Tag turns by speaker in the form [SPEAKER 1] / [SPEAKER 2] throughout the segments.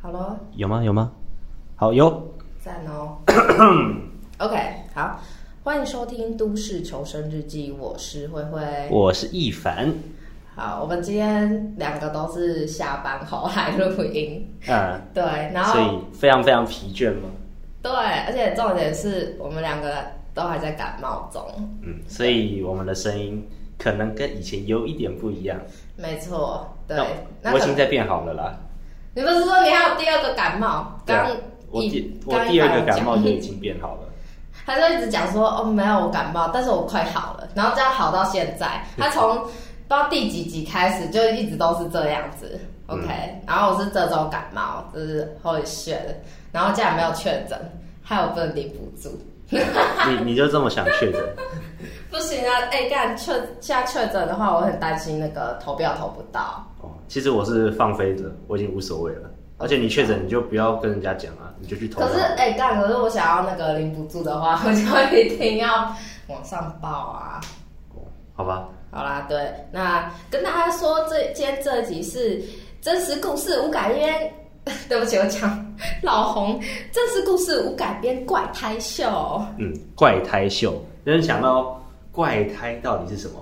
[SPEAKER 1] 好喽，
[SPEAKER 2] 有吗？有吗？好，有。
[SPEAKER 1] 赞 哦。OK，好，欢迎收听《都市求生日记》，我是慧慧。
[SPEAKER 2] 我是一凡，
[SPEAKER 1] 好，我们今天两个都是下班后来录音，
[SPEAKER 2] 嗯，
[SPEAKER 1] 对，然
[SPEAKER 2] 所
[SPEAKER 1] 后
[SPEAKER 2] 以非常非常疲倦吗？
[SPEAKER 1] 对，而且重点是我们两个都还在感冒中，
[SPEAKER 2] 嗯，所以我们的声音可能跟以前有一点不一样。
[SPEAKER 1] 没错，对
[SPEAKER 2] 那，
[SPEAKER 1] 那
[SPEAKER 2] 我已
[SPEAKER 1] 可
[SPEAKER 2] 经在变好了啦。
[SPEAKER 1] 你不是说你还有第二个感冒？
[SPEAKER 2] 对啊
[SPEAKER 1] 刚
[SPEAKER 2] 我第
[SPEAKER 1] 一
[SPEAKER 2] 我
[SPEAKER 1] 刚一
[SPEAKER 2] 第二
[SPEAKER 1] 开
[SPEAKER 2] 个
[SPEAKER 1] 始
[SPEAKER 2] 感冒
[SPEAKER 1] 讲
[SPEAKER 2] 就已经变好了。
[SPEAKER 1] 他就一直讲说哦没有我感冒，但是我快好了，然后这样好到现在，他从不知道第几集开始就一直都是这样子
[SPEAKER 2] 嗯
[SPEAKER 1] ，OK、然后我是这周感冒，就是 holy shit，然后竟然没有确诊，害我不能领补助，
[SPEAKER 2] 你你就这么想确诊？
[SPEAKER 1] 不行啊！哎、干确现在确诊的话，我很担心那个投票投不到。
[SPEAKER 2] 哦，其实我是放飞着，我已经无所谓了。而且你确诊，你就不要跟人家讲啊，你就去投
[SPEAKER 1] 可
[SPEAKER 2] 啊。
[SPEAKER 1] 是哎干、可是我想要那个领补助的话，我 就一定要往上报啊。
[SPEAKER 2] 哦好吧，
[SPEAKER 1] 好啦，对，那跟大家说，这今天这集是真实故事无改编。 对不起，我讲老红，真实故事无改编怪胎秀，
[SPEAKER 2] 嗯，怪胎秀，就是想到怪胎到底是什么？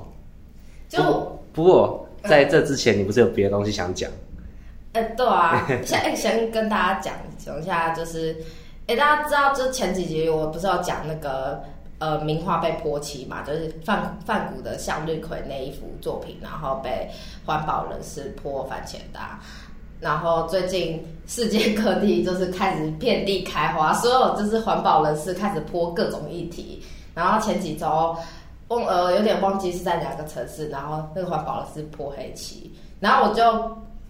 [SPEAKER 1] 就
[SPEAKER 2] 不过不过在这之前，你不是有别的东西想讲？
[SPEAKER 1] 呃，对啊，先、哎先跟大家讲讲一下，就是，哎、大家知道，就是前几集我不是有讲那个呃，名画被泼漆嘛，就是范范谷的向日葵那一幅作品，然后被环保人士泼番茄的啊、然后最近世界各地就是开始遍地开花，所有就是环保人士开始泼各种议题。然后前几周忘呃有点忘记是在哪个城市，然后那个环保人士泼黑漆，然后我就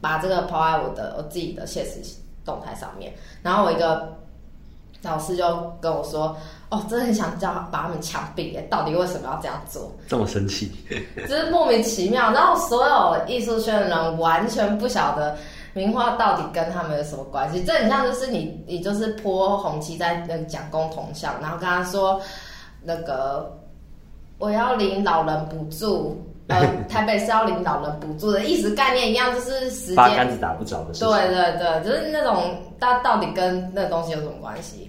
[SPEAKER 1] 把这个抛在我的我自己的现实动态上面，然后我一个老师就跟我说：“哦，真的很想叫把他们枪毙耶，到底为什么要这样做？”
[SPEAKER 2] 这么生气？
[SPEAKER 1] 就是莫名其妙。然后所有艺术圈的人完全不晓得名画到底跟他们有什么关系。这很像就是你，你就是泼红旗在那个蒋公铜像，然后跟他说那个我要领老人补助。 呃，台北是要领老人补助的，意思概念一样，就是时
[SPEAKER 2] 八
[SPEAKER 1] 间
[SPEAKER 2] 竿子打不着的事情。
[SPEAKER 1] 对对对，就是那种它到底跟那东西有什么关系？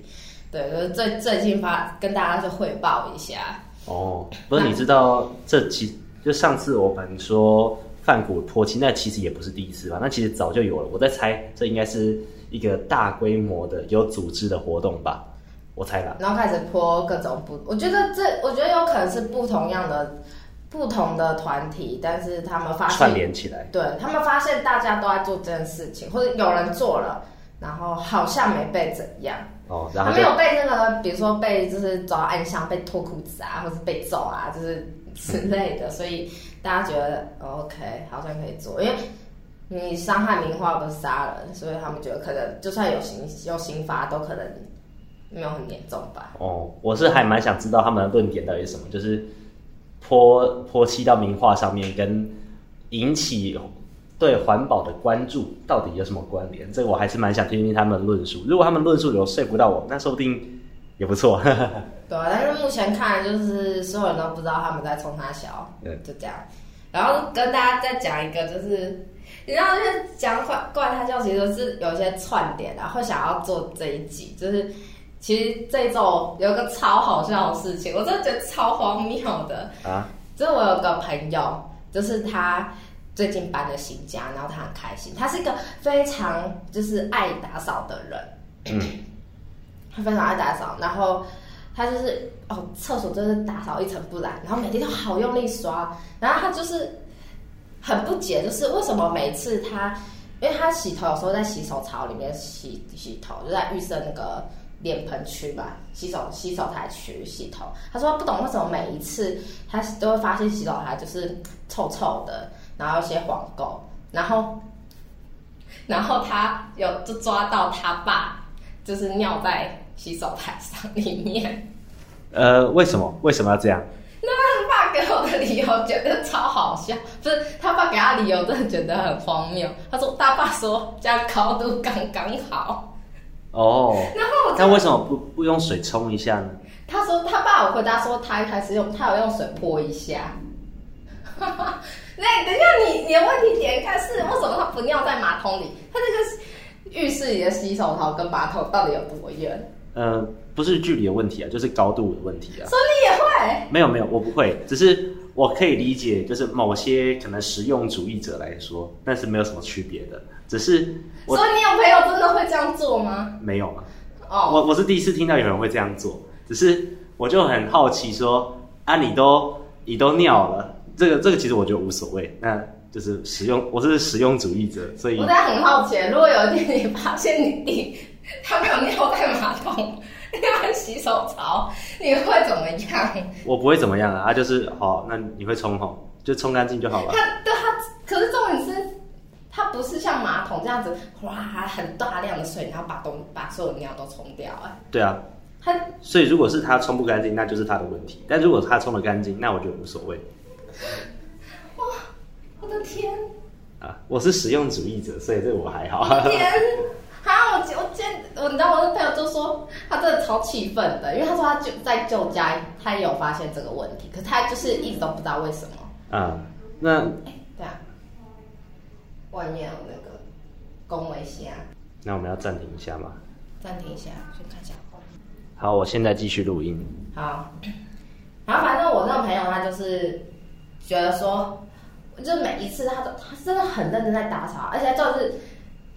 [SPEAKER 1] 对，就是最最近发跟大家就汇报一下。
[SPEAKER 2] 哦，不是，你知道这其就上次我们说范谷泼漆，那其实也不是第一次吧？那其实早就有了。我在猜，这应该是一个大规模的有组织的活动吧？我猜啦。
[SPEAKER 1] 然后开始泼各种不，我觉得这我觉得有可能是不同样的不同的团体，但是他们发
[SPEAKER 2] 串
[SPEAKER 1] 现，
[SPEAKER 2] 联起来，
[SPEAKER 1] 对他们发现大家都在做这件事情，或者有人做了，然后好像没被怎样，
[SPEAKER 2] 哦，然
[SPEAKER 1] 他
[SPEAKER 2] 后
[SPEAKER 1] 没
[SPEAKER 2] 就
[SPEAKER 1] 有被那个比如说被就是走到暗巷被脱裤子啊，或是被揍啊，就是之类的，所以大家觉得哦 OK 好像可以做，因为。你伤害名画不是杀人，所以他们觉得可能就算有刑有刑罚，都可能没有很严重吧。
[SPEAKER 2] 哦，我是还蛮想知道他们的论点到底是什么，就是泼泼漆到名画上面，跟引起对环保的关注到底有什么关联？这个我还是蛮想听听他们的论述。如果他们论述有说服到我，那说不定也不错。
[SPEAKER 1] 对啊，但是目前看来就是所有人都不知道他们在冲他笑，
[SPEAKER 2] 嗯
[SPEAKER 1] 就这样。然后跟大家再讲一个，就是你知道，就是讲怪怪他笑，其实是有一些串点啊，会想要做这一集，就是其实这一周有一个超好笑的事情，我真的觉得超荒谬的。
[SPEAKER 2] 啊，
[SPEAKER 1] 就是我有个朋友，就是他最近搬了新家，然后他很开心。他是一个非常就是爱打扫的人， 他非常爱打扫，然后他就是哦，厕所真是打扫一尘不染，然后每天都好用力刷，然后他就是很不解，就是为什么每次他，因为他洗头有时候在洗手槽里面洗洗头，就在浴室的那个脸盆区吧，洗手洗手台区洗头。他说他不懂为什么每一次他都会发现洗手台就是臭臭的，然后有一些黄垢，然后然后他有就抓到他爸就是尿在洗手台上里面。
[SPEAKER 2] 呃，为什么为什么要这样？
[SPEAKER 1] 他爸给我的理由觉得超好笑，不是他爸给他理由真的觉得很荒谬。他说他爸说这样高度刚刚好，
[SPEAKER 2] 哦，
[SPEAKER 1] 然后我
[SPEAKER 2] 那
[SPEAKER 1] 就
[SPEAKER 2] 为什么不不用水冲一下呢？
[SPEAKER 1] 他说他爸有回答说他一开始用他有用水泼一下。 哈哈，那等一下你你的问题点开是为什么他不尿在马桶里？他这个浴室里的洗手槽跟马桶到底有多远？
[SPEAKER 2] 呃，不是距离的问题啊，就是高度的问题啊。
[SPEAKER 1] 所以你也会？
[SPEAKER 2] 没有没有，我不会，只是我可以理解，就是某些可能实用主义者来说，但是没有什么区别的，只是我
[SPEAKER 1] 所以你有朋友真的会这样做吗？
[SPEAKER 2] 没有啊，
[SPEAKER 1] 哦，
[SPEAKER 2] 我我是第一次听到有人会这样做，只是我就很好奇说，啊，你都你都尿了，这个这个其实我觉得无所谓，那就是实用，我是实用主义者，所以
[SPEAKER 1] 我真的很好奇，如果有一天你发现你弟他没有尿在马桶， 尿在洗手槽，你会怎么样？
[SPEAKER 2] 我不会怎么样啊，啊就是好、那你会冲吼，就冲干净就好了。
[SPEAKER 1] 他对他，可是重点是，他不是像马桶这样子，哗，很大量的水，然后把东把所有尿都冲掉、哎，
[SPEAKER 2] 对啊，
[SPEAKER 1] 他
[SPEAKER 2] 所以如果是他冲不干净，那就是他的问题；但如果他冲的干净，那我觉得无所谓
[SPEAKER 1] 哇，我的天，
[SPEAKER 2] 啊。我是实用主义者，所以这个我还好
[SPEAKER 1] 我。的天。啊！我今我今天我你知道我的朋友就说他真的超气愤的，因为他说他就在旧家，他也有发现这个问题，可是他就是一直都不知道为什么。
[SPEAKER 2] 啊、那
[SPEAKER 1] 哎，对啊，外面有那个公维虾，
[SPEAKER 2] 那我们要暂停一下嘛。
[SPEAKER 1] 暂停一下，去看一下。
[SPEAKER 2] 好，我现在继续录音。
[SPEAKER 1] 好，然后反正我那个朋友他就是觉得说，就是每一次他都他真的很认真在打扫，而且就是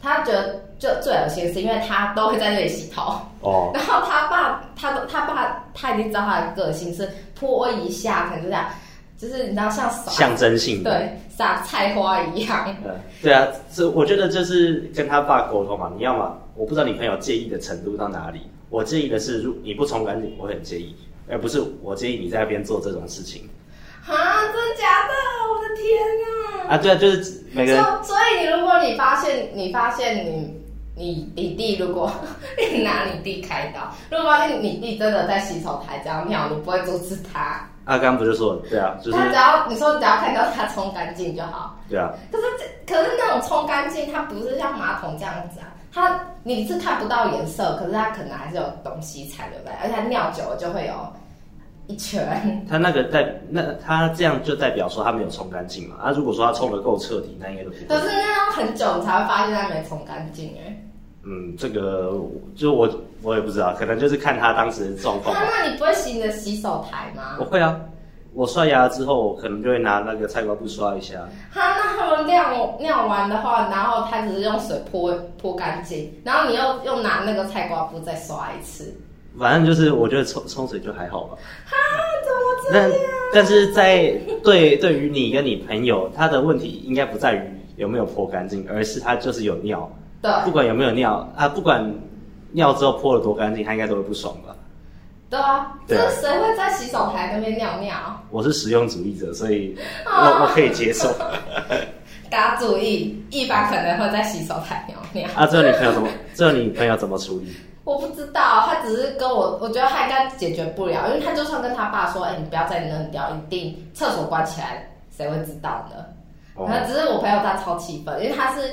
[SPEAKER 1] 他觉得就最恶心是因为他都会在这里洗头，
[SPEAKER 2] 哦，
[SPEAKER 1] 然后他爸他都他爸他已经知道他的个性是泼一下，可能就这样，就是你知道像撒
[SPEAKER 2] 象征性的。
[SPEAKER 1] 对撒菜花一样。
[SPEAKER 2] 嗯对啊，这我觉得就是跟他爸沟通嘛。你要嘛，我不知道你朋友介意的程度到哪里。我介意的是，如你不冲干净，我会很介意，而不是我介意你在那边做这种事情
[SPEAKER 1] 啊，真的假的？我的天啊！
[SPEAKER 2] 啊。对啊，就是每个人
[SPEAKER 1] 所所以，如果你发现你发现你你你弟如果 你拿你弟开刀，如果发现你弟真的在洗手台这样尿，你不会阻止他，
[SPEAKER 2] 阿刚不就说了，对啊，就是
[SPEAKER 1] 他只要你说你只要看到他冲干净就好。
[SPEAKER 2] 对啊，
[SPEAKER 1] 可是这可是那种冲干净，它不是像马桶这样子啊，它你是看不到颜色，可是它可能还是有东西残留在，而且它尿久了就会有一圈。
[SPEAKER 2] 他那个代那他这样就代表说他没有冲干净嘛。啊，如果说他冲的够彻底，那应该就不
[SPEAKER 1] 可
[SPEAKER 2] 会。
[SPEAKER 1] 是那要很久你才会发现它没冲干净哎。
[SPEAKER 2] 嗯，这个就我我也不知道，可能就是看他当时的状况吧。
[SPEAKER 1] 那那你不会洗你的洗手台吗
[SPEAKER 2] 啊我？会啊，我刷牙之后，我可能就会拿那个菜瓜布刷一下。
[SPEAKER 1] 他那他们尿尿完的话，然后他只是用水泼泼干净，然后你又又拿那个菜瓜布再刷一次，
[SPEAKER 2] 反正就是我觉得冲冲水就还好吧。
[SPEAKER 1] 啊，怎么
[SPEAKER 2] 那但是在对对于你跟你朋友，他的问题应该不在于有没有泼干净，而是他就是有尿，
[SPEAKER 1] 这对
[SPEAKER 2] 不管有没有尿啊，不管尿之后泼了多干净，他应该都会不爽吧。
[SPEAKER 1] 对啊？
[SPEAKER 2] 对
[SPEAKER 1] 这谁会在洗手台那边尿啊尿？
[SPEAKER 2] 我是实用主义者，所以我我可以接受。
[SPEAKER 1] 大家注意，一般可能会在洗手台尿尿。
[SPEAKER 2] 啊，最后你朋友怎么？最后你朋友怎么处理？
[SPEAKER 1] 我不知道，他只是跟我，我觉得他应该解决不了，因为他就算跟他爸说，哎、你不要再扔掉，一定厕所关起来，谁会知道呢？
[SPEAKER 2] 哦
[SPEAKER 1] 然后只是我朋友他超气愤，因为他是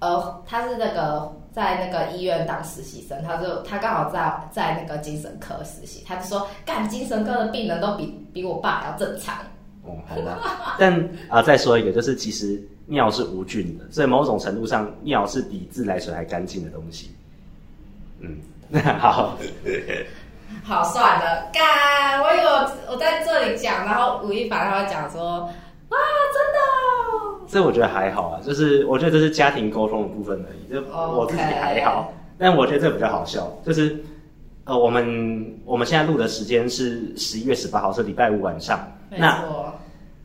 [SPEAKER 1] 呃，他是那个在那个医院当实习生，他就他刚好在在那个精神科实习，他就说干精神科的病人都比比我爸还要正常。
[SPEAKER 2] 哦，好吧。 但啊，再说一个，就是其实尿是无菌的，所以某种程度上，尿是比自来水还干净的东西。嗯， 好，
[SPEAKER 1] 好，算了，干，我有我在这里讲，然后吴亦凡他会讲说，哇，真的哦、
[SPEAKER 2] 这我觉得还好啊，就是我觉得这是家庭沟通的部分而已，就
[SPEAKER 1] 哦 OK
[SPEAKER 2] 我自己还好。但我觉得这比较好笑，就是呃，我们我们现在录的时间是十一月十八号，是礼拜五晚上。
[SPEAKER 1] 没
[SPEAKER 2] 那
[SPEAKER 1] 错，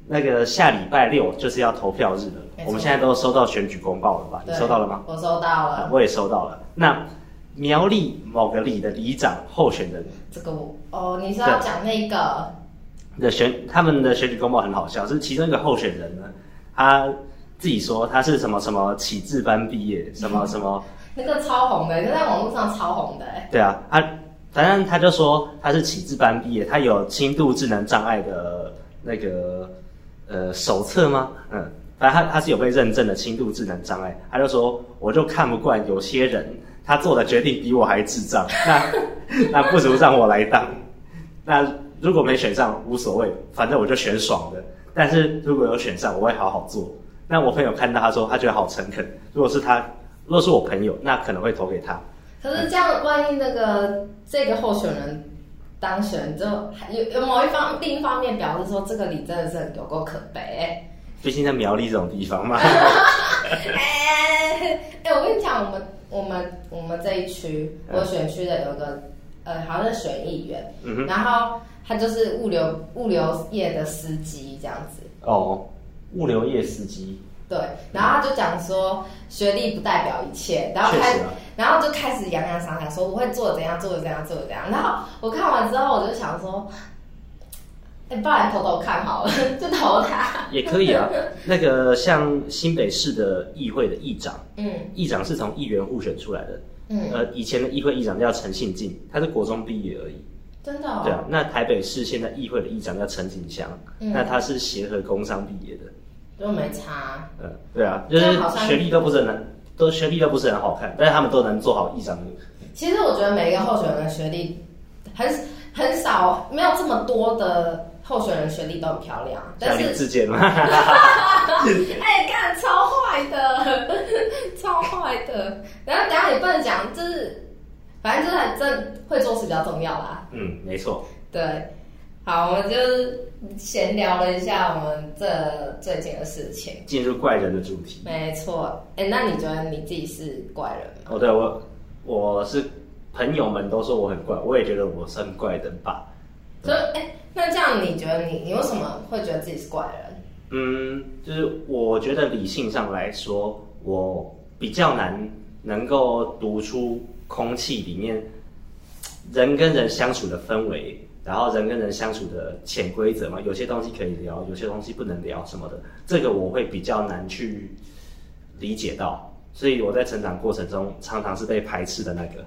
[SPEAKER 2] 那个下礼拜六就是要投票日了
[SPEAKER 1] 没，错
[SPEAKER 2] 我们现在都收到选举公报了吧？你
[SPEAKER 1] 对
[SPEAKER 2] 收到了吗？？
[SPEAKER 1] 我收到
[SPEAKER 2] 啊
[SPEAKER 1] 了，
[SPEAKER 2] 我也收到了。那苗栗某个里的里长候选人
[SPEAKER 1] 这个我哦，你是要讲那个
[SPEAKER 2] 的选，他们的选举公报很好笑，是其中一个候选人呢，他自己说他是什么什么启智班毕业，什么什么，
[SPEAKER 1] 那个超红的，就在网络上超红的、哎
[SPEAKER 2] 对啊，他反正他就说他是启智班毕业，他有轻度智能障碍的那个呃手册吗？嗯。反正他他是有被认证的轻度智能障碍，他就说我就看不惯有些人他做的决定比我还智障， 那那不如让我来当。那如果没选上无所谓，反正我就选爽的。但是如果有选上，我会好好做。那我朋友看到他说，他觉得好诚恳。如果是他，如果是我朋友，那可能会投给他。
[SPEAKER 1] 可是这样，万一那个这个候选人当选，就还有有某一方另一方面表示说，这个你真的是很有够可 悲、欸。
[SPEAKER 2] 毕竟在苗栗这种地方 嘛，
[SPEAKER 1] 哎、哎我跟你讲，我们我们我们这一区，我选区的有个呃，好像是选议员，
[SPEAKER 2] 嗯哼，
[SPEAKER 1] 然后他就是物流物流业的司机这样子。
[SPEAKER 2] 哦，物流业司机，
[SPEAKER 1] 对，然后他就讲说学历不代表一切，然后
[SPEAKER 2] 确
[SPEAKER 1] 开
[SPEAKER 2] 实啊，
[SPEAKER 1] 然后就开始洋洋洒洒说我会做怎样，做怎样，做怎样。然后我看完之后，我就想说，哎、不然投投看好了， 就投 他。
[SPEAKER 2] 也可以啊。那个像新北市的议会的议长，
[SPEAKER 1] 嗯
[SPEAKER 2] 议长是从议员互选出来的，
[SPEAKER 1] 嗯，
[SPEAKER 2] 呃，以前的议会议长叫陈信进，他是国中毕业而已。
[SPEAKER 1] 真的、哦。
[SPEAKER 2] 对啊，那台北市现在议会的议长叫陈景祥，
[SPEAKER 1] 嗯
[SPEAKER 2] 那他是协和工商毕业的，
[SPEAKER 1] 就没差。
[SPEAKER 2] 嗯，对啊，就是
[SPEAKER 1] 这样好像
[SPEAKER 2] 学历都不是很难，都学历都不是很好看，但是他们都能做好议长的
[SPEAKER 1] 其实我觉得每一个候选人的学历很很少，没有这么多的候选人学历都很漂亮，但
[SPEAKER 2] 像李
[SPEAKER 1] 是
[SPEAKER 2] 志坚嘛，
[SPEAKER 1] 哎，干、超坏的，超坏的。然后等一下也不能讲，就是反正就是很正会做事比较重要啦。
[SPEAKER 2] 嗯，没错，
[SPEAKER 1] 对，好，我们就是闲聊了一下我们这最近的事情。
[SPEAKER 2] 进入怪人的主题。
[SPEAKER 1] 没错，哎、那你觉得你自己是怪人吗？
[SPEAKER 2] 哦，对我我是朋友们都说我很怪，我也觉得我算怪人吧。
[SPEAKER 1] 所以，哎、那这样你觉得你你为什么会觉得自己是怪人？
[SPEAKER 2] 嗯，就是我觉得理性上来说，我比较难能够读出空气里面人跟人相处的氛围，然后人跟人相处的潜规则嘛，有些东西可以聊，有些东西不能聊什么的，这个我会比较难去理解到，所以我在成长过程中常常是被排斥的那个。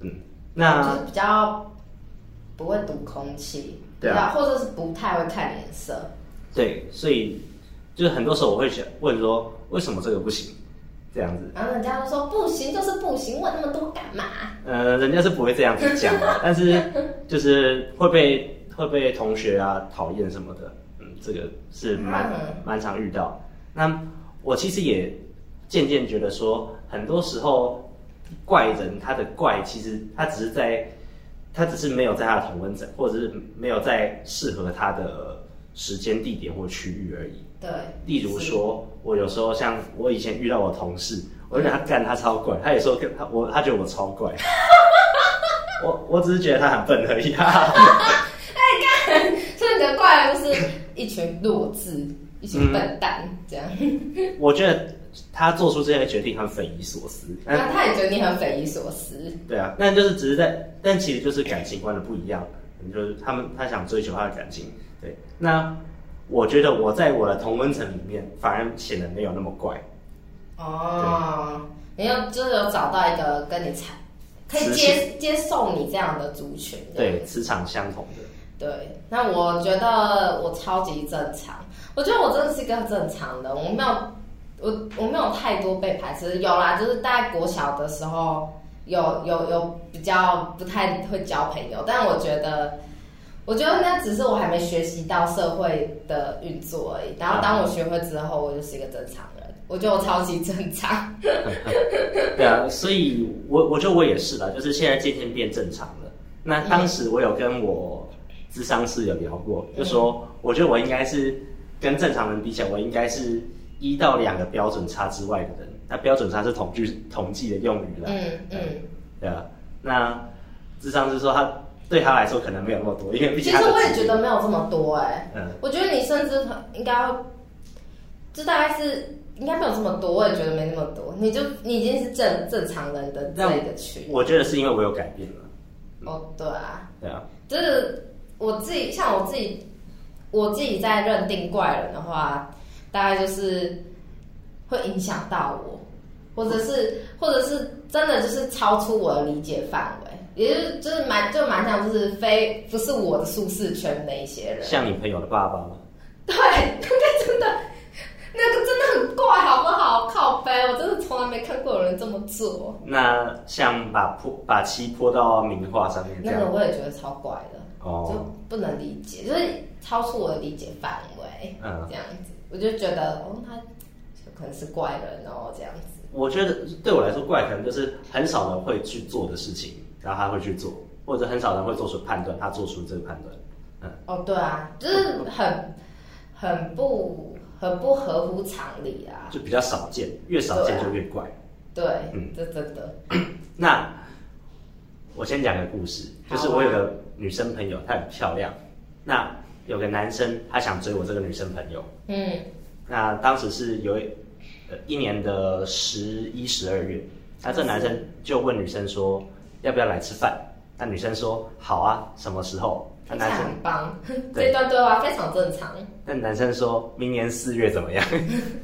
[SPEAKER 2] 嗯，那
[SPEAKER 1] 就是比较不会读空气，
[SPEAKER 2] 对啊
[SPEAKER 1] 比较或者是不太会看脸色。
[SPEAKER 2] 对，所以就是很多时候我会想问说，为什么这个不行？这样子。
[SPEAKER 1] 然后人家就说不行，就是不行，问那么多干嘛？
[SPEAKER 2] 呃，人家是不会这样子讲的，但是就是会被会被同学啊讨厌什么的，嗯，这个是蛮
[SPEAKER 1] 嗯
[SPEAKER 2] 蛮常遇到。那我其实也渐渐觉得说，很多时候怪人他的怪，其实他只是在他只是没有在他的同温层，或者是没有在适合他的时间、地点或区域而已。
[SPEAKER 1] 对，
[SPEAKER 2] 例如说，我有时候像我以前遇到我同事，我就觉得他干他超怪，他也说跟他我他觉得我超怪，我我只是觉得他很笨而已、
[SPEAKER 1] 是，所以你的怪人就是一群弱智，一群笨蛋、这样。
[SPEAKER 2] 嗯我觉得他做出这些决定很匪夷所思，但
[SPEAKER 1] 那他也觉得你很匪夷所思。
[SPEAKER 2] 对啊，但就是只是在，但其实就是感情观的不一样，就是他们他想追求他的感情，对。那我觉得我在我的同温层里面，反而显得没有那么怪，
[SPEAKER 1] 哦，你有就是有找到一个跟你才可以
[SPEAKER 2] 磁
[SPEAKER 1] 接接受你这样的族群。
[SPEAKER 2] 对，磁场相同的。
[SPEAKER 1] 对，那我觉得我超级正常，我觉得我真的是一个正常人，我没有我我没有太多被排斥，有啦，就是大概国小的时候有有有比较不太会交朋友，但我觉得。我觉得那只是我还没学习到社会的运作而已。然后当我学会之后，我就是一个正常人。我觉得我超级正常。
[SPEAKER 2] 对啊，所以我我觉得我也是啦，就是现在渐渐变正常了。那当时我有跟我智商师有聊过，
[SPEAKER 1] 嗯
[SPEAKER 2] 就说我觉得我应该是跟正常人比起来，我应该是一到两个标准差之外的人。那标准差是统计统计的用语啦，
[SPEAKER 1] 嗯嗯，
[SPEAKER 2] 啊对啊。那智商师说他对他来说可能没有那么多，因为毕
[SPEAKER 1] 其
[SPEAKER 2] 竟
[SPEAKER 1] 实
[SPEAKER 2] 他的
[SPEAKER 1] 我也
[SPEAKER 2] 职
[SPEAKER 1] 觉
[SPEAKER 2] 业
[SPEAKER 1] 得没有这么多哎、
[SPEAKER 2] 嗯
[SPEAKER 1] 我觉得你甚至应该，这大概是应该没有这么多，我也觉得没那么多。你就你已经是正正常人的这一个区
[SPEAKER 2] 我觉得是因为我有改变了，
[SPEAKER 1] 哦，对啊，
[SPEAKER 2] 对啊，
[SPEAKER 1] 就是我自己像我自己，我自己在认定怪人的话，大概就是会影响到我，或者是或者是真的就是超出我的理解范围，也就是就是蛮就蛮像就是非不是我的舒适圈的一些人。
[SPEAKER 2] 像你朋友的爸爸嘛，
[SPEAKER 1] 对，那个真的，那个真的很怪，好不好？靠背，我真的从来没看过有人这么做。
[SPEAKER 2] 那像把泼把漆泼到名画上面这
[SPEAKER 1] 那
[SPEAKER 2] 样
[SPEAKER 1] 个我也觉得超怪的，
[SPEAKER 2] 哦。
[SPEAKER 1] 就不能理解，就是超出我的理解范围，
[SPEAKER 2] 嗯
[SPEAKER 1] 这样子，我就觉得哦，他可能是怪人哦，这样子。
[SPEAKER 2] 我觉得对我来说，怪可能就是很少人会去做的事情，然后他会去做，或者很少人会做出判断，他做出这个判断。嗯，
[SPEAKER 1] 哦，对啊，就是很很不很不合乎常理啊。
[SPEAKER 2] 就比较少见，越少见就越怪。
[SPEAKER 1] 对
[SPEAKER 2] 嗯，
[SPEAKER 1] 这真的。
[SPEAKER 2] 那我先讲个故事，
[SPEAKER 1] 好
[SPEAKER 2] 就
[SPEAKER 1] 啊
[SPEAKER 2] 是我有个女生朋友，她很漂亮。那有个男生，他想追我这个女生朋友。
[SPEAKER 1] 嗯
[SPEAKER 2] 那当时是有一呃一年的十一、十二月，那这男生就问女生说要不要来吃饭？那女生说好啊，什么时候？那
[SPEAKER 1] 听起
[SPEAKER 2] 男
[SPEAKER 1] 来
[SPEAKER 2] 生
[SPEAKER 1] 很棒，这
[SPEAKER 2] 对
[SPEAKER 1] 段 对话非常正常。
[SPEAKER 2] 那男生说明年四月怎么样？
[SPEAKER 1] 哎、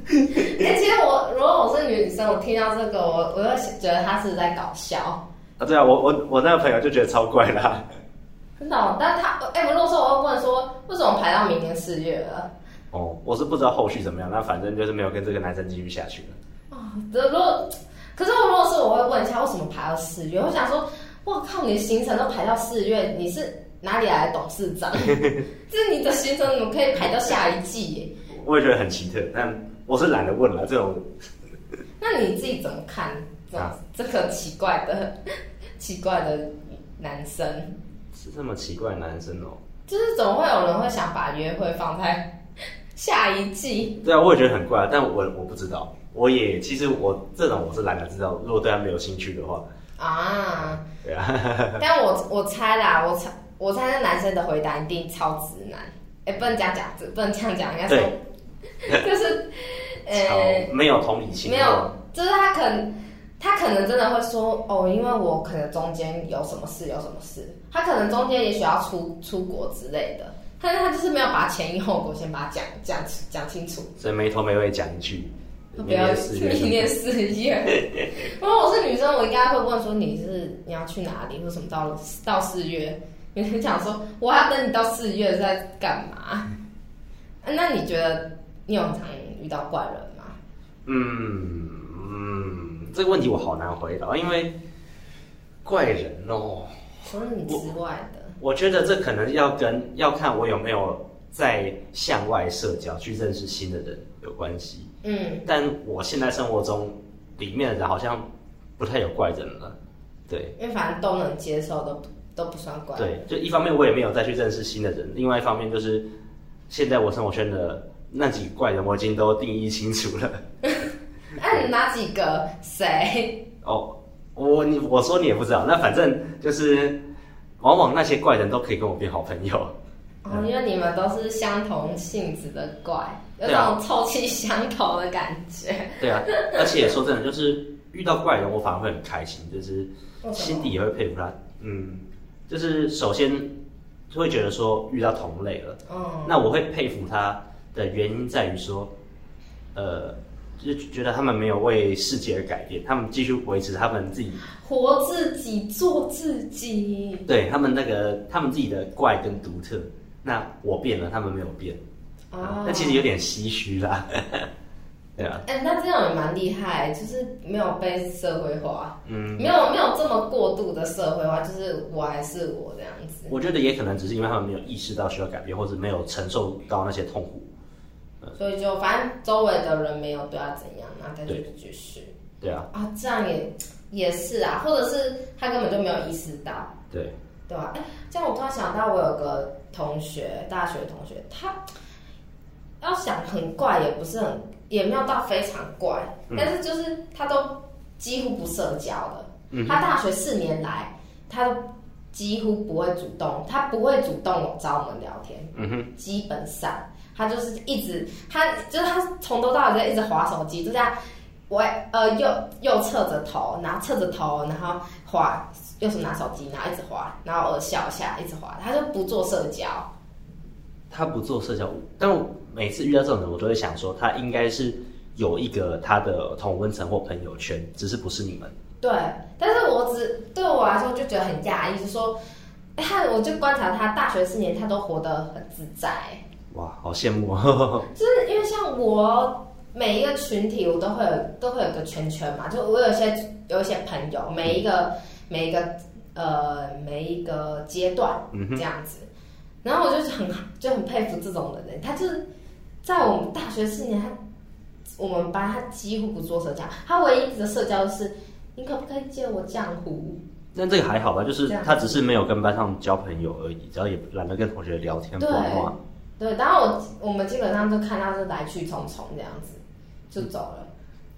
[SPEAKER 1] 其实我如果我是女生，我听到这个，我我会觉得他是在搞笑，
[SPEAKER 2] 啊，对啊，我我我那个朋友就觉得超怪啦、
[SPEAKER 1] 真的哦、但他哎、我如果说我会问说，为什么排到明年四月了？
[SPEAKER 2] 哦，我是不知道后续怎么样，那反正就是没有跟这个男生继续下去了。
[SPEAKER 1] 哦，这如果可是我如果是我会问一下，为什么排到四月？我想说，我靠，你的行程都排到四月，你是哪里来的董事长？这你的行程怎么可以排到下一季耶？
[SPEAKER 2] 我也觉得很奇特，但我是懒得问了。这种
[SPEAKER 1] 那你自己怎么看这种、
[SPEAKER 2] 啊
[SPEAKER 1] 这个奇怪的 奇怪的男生？
[SPEAKER 2] 是这么奇怪的男生哦，
[SPEAKER 1] 就是总会有人会想把约会放在下一季。
[SPEAKER 2] 对啊，我也觉得很怪啊，但我我不知道，我也其实我这种我是懒得知道，如果对他没有兴趣的话，
[SPEAKER 1] 啊！
[SPEAKER 2] 对啊，
[SPEAKER 1] 但我我猜啦，我猜我猜那男生的回答一定超直男。哎、不能这样讲，这不能这样讲，应该说 就是呃
[SPEAKER 2] 超没有同理心，
[SPEAKER 1] 没有，就是他可能他可能真的会说哦，因为我可能中间有什么事有什么事，他可能中间也许要出出国之类的，但是他就是没有把前因后果先把它讲讲讲清楚。
[SPEAKER 2] 所以没头没尾讲一句，明
[SPEAKER 1] 不要
[SPEAKER 2] 年四月
[SPEAKER 1] 明年四月。 如果我是女生，我应该会问说你是你要去哪里，或什么到到四月？你是想说我还要等你到四月是在干嘛？啊那你觉得你有常遇到怪人吗？
[SPEAKER 2] 嗯嗯，这个问题我好难回答，因为怪人哦，
[SPEAKER 1] 除了你之外的，
[SPEAKER 2] 我觉得这可能要跟要看我有没有在向外社交去认识新的人有关系。
[SPEAKER 1] 嗯，
[SPEAKER 2] 但我现在生活中里面的人好像不太有怪人了，对
[SPEAKER 1] 因为反正都能接受，都不都不算怪。
[SPEAKER 2] 对，就一方面我也没有再去认识新的人，另外一方面就是现在我生活圈的那几个怪人我已经都定义清楚了。
[SPEAKER 1] 那哎你哪几个谁？
[SPEAKER 2] 哦，我你我说你也不知道，那反正就是往往那些怪人都可以跟我变好朋友，
[SPEAKER 1] 哦，
[SPEAKER 2] 嗯
[SPEAKER 1] 因为你们都是相同性质的怪，有
[SPEAKER 2] 对啊
[SPEAKER 1] 种臭气相投的感觉。
[SPEAKER 2] 对啊，而且说真的，就是遇到怪人我反而会很开心，就是
[SPEAKER 1] 为什么
[SPEAKER 2] 心底也会佩服他，嗯，就是首先就会觉得说遇到同类了。
[SPEAKER 1] 嗯，
[SPEAKER 2] 那我会佩服他的原因在于说，呃，就是觉得他们没有为世界而改变，他们继续维持他们自己
[SPEAKER 1] 活自己，做自己。
[SPEAKER 2] 对他们那个他们自己的怪跟独特。那我变了，他们没有变，
[SPEAKER 1] 哦，
[SPEAKER 2] 啊那其实有点唏嘘啦。 对啊，
[SPEAKER 1] 哎、那这样也蛮厉害，就是没有被社会化，
[SPEAKER 2] 嗯，
[SPEAKER 1] 没有没有这么过度的社会化，就是我还是我这样子。
[SPEAKER 2] 我觉得也可能只是因为他们没有意识到需要改变，或者没有承受到那些痛苦。
[SPEAKER 1] 所以就反正周围的人没有对他怎样，然后他就
[SPEAKER 2] 对
[SPEAKER 1] 继续
[SPEAKER 2] 对啊，
[SPEAKER 1] 啊，这样也也是啊，或者是他根本就没有意识到，
[SPEAKER 2] 对，
[SPEAKER 1] 对吧、哎，这样我突然想到，我有个同学，大学同学，他要想很怪，也不是很，也没有到非常怪，
[SPEAKER 2] 嗯
[SPEAKER 1] 但是就是他都几乎不社交的。
[SPEAKER 2] 嗯
[SPEAKER 1] 他大学四年来，他都几乎不会主动，他不会主动找我们聊天，
[SPEAKER 2] 嗯哼，
[SPEAKER 1] 基本上他就是一直，他就是他从头到尾在一直划手机，就这样，我呃右右侧着头，然后侧着头，然后划，右手拿手机，然后一直划，然后我笑一下，一直划，他就不做社交。
[SPEAKER 2] 他不做社交，但我每次遇到这种人，我都会想说，他应该是有一个他的同温层或朋友圈，只是不是你们。
[SPEAKER 1] 对，但是我只对我来说就觉得很讶异，就说，哎他我就观察他大学四年，他都活得很自在，
[SPEAKER 2] 哇，好羡慕哦！
[SPEAKER 1] 就是因为像我每一个群体，我都会有都会有个圈圈嘛，就我有一些有一些朋友，
[SPEAKER 2] 嗯
[SPEAKER 1] 每一个每一个呃每一个阶段
[SPEAKER 2] 嗯
[SPEAKER 1] 这
[SPEAKER 2] 哼，
[SPEAKER 1] 样子，然欸后我就是很就很佩服这种人，他就是在我们大学四年，他我们班他几乎不做社交，他唯一的社交是，你可不可以借我浆糊？
[SPEAKER 2] 但这个还好吧，就是
[SPEAKER 1] 这样
[SPEAKER 2] 他只是没有跟班上交朋友而已，只要也懒得跟同学聊天
[SPEAKER 1] 对
[SPEAKER 2] 八卦。
[SPEAKER 1] 对，然后我我们基本上就看他是来去匆匆这样子就走了。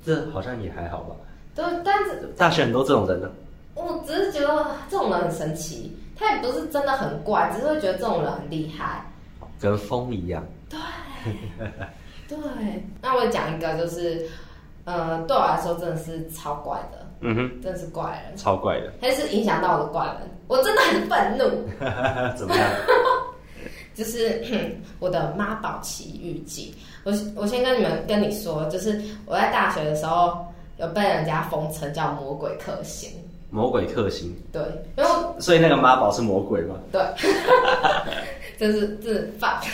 [SPEAKER 2] 这好像也还好吧。
[SPEAKER 1] 对，但是
[SPEAKER 2] 大学很多这种人呢，
[SPEAKER 1] 我只是觉得这种人很神奇，他也不是真的很怪，只是会觉得这种人很厉害。
[SPEAKER 2] 跟风一样。
[SPEAKER 1] 对，那我讲一个，就是，呃，对我来说真的是超怪的，
[SPEAKER 2] 嗯哼，
[SPEAKER 1] 真的是怪人，
[SPEAKER 2] 超怪的。
[SPEAKER 1] 但是影响到我的怪人，我真的很愤怒。
[SPEAKER 2] 哎怎么样？
[SPEAKER 1] 就是 我的妈宝奇遇记，我我先跟你们跟你说，就是我在大学的时候有被人家封称叫魔鬼克星，
[SPEAKER 2] 魔鬼克星，
[SPEAKER 1] 对，因为我
[SPEAKER 2] 所以那个妈宝是魔鬼吗？
[SPEAKER 1] 对， 这是这是 fuck。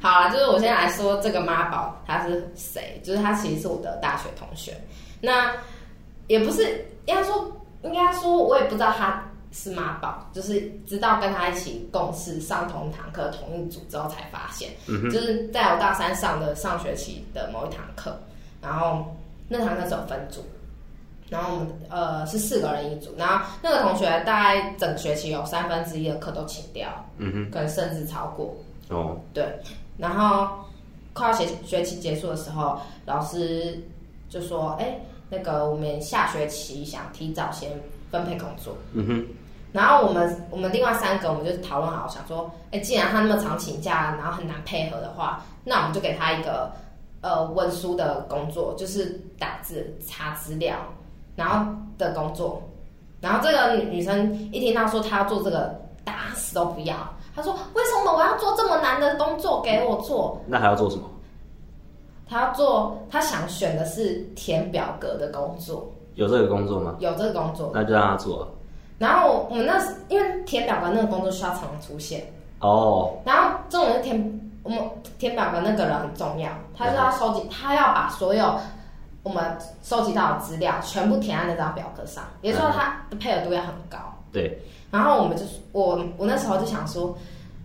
[SPEAKER 1] 好 啦，就是我先来说这个妈宝他是谁，就是他其实是我的大学同学，那也不是应该说应该说我也不知道他是妈宝，就是直到跟他一起共事上同一堂课同一组之后才发现，
[SPEAKER 2] 嗯哼，
[SPEAKER 1] 就是在我大三上的上学期的某一堂课，然后那堂课是有分组，然后我们呃是四个人一组，然后那个同学大概整学期有三分之一的课都请掉，
[SPEAKER 2] 嗯
[SPEAKER 1] 可能甚至超过，
[SPEAKER 2] 哼，哦，
[SPEAKER 1] 对，然后快要学学期结束的时候，老师就说，哎、那个我们下学期想提早先分配工作。
[SPEAKER 2] 嗯哼，
[SPEAKER 1] 然后我们我们另外三个，我们就讨论好，想说，哎，既然他那么常请假，然后很难配合的话，那我们就给他一个呃文书的工作，就是打字、查资料，然后的工作。然后这个女女生一听到说她要做这个，打死都不要。她说：“为什么我要做这么难的工作给我做？
[SPEAKER 2] 那还要做什么？
[SPEAKER 1] 她要做，她想选的是填表格的工作，
[SPEAKER 2] 有这个工作吗？
[SPEAKER 1] 有这个工作。
[SPEAKER 2] 那就让他做啊。
[SPEAKER 1] 然后我们那时因为填表格那个工作需要常常出现。”
[SPEAKER 2] 哦，
[SPEAKER 1] 然后这种人填我们填表格那个人很重要，他就要收集，他要把所有我们收集到的资料全部填在那张表格上，也就是说他的配合度要很高。
[SPEAKER 2] 对，
[SPEAKER 1] 然后我们就我我那时候就想说，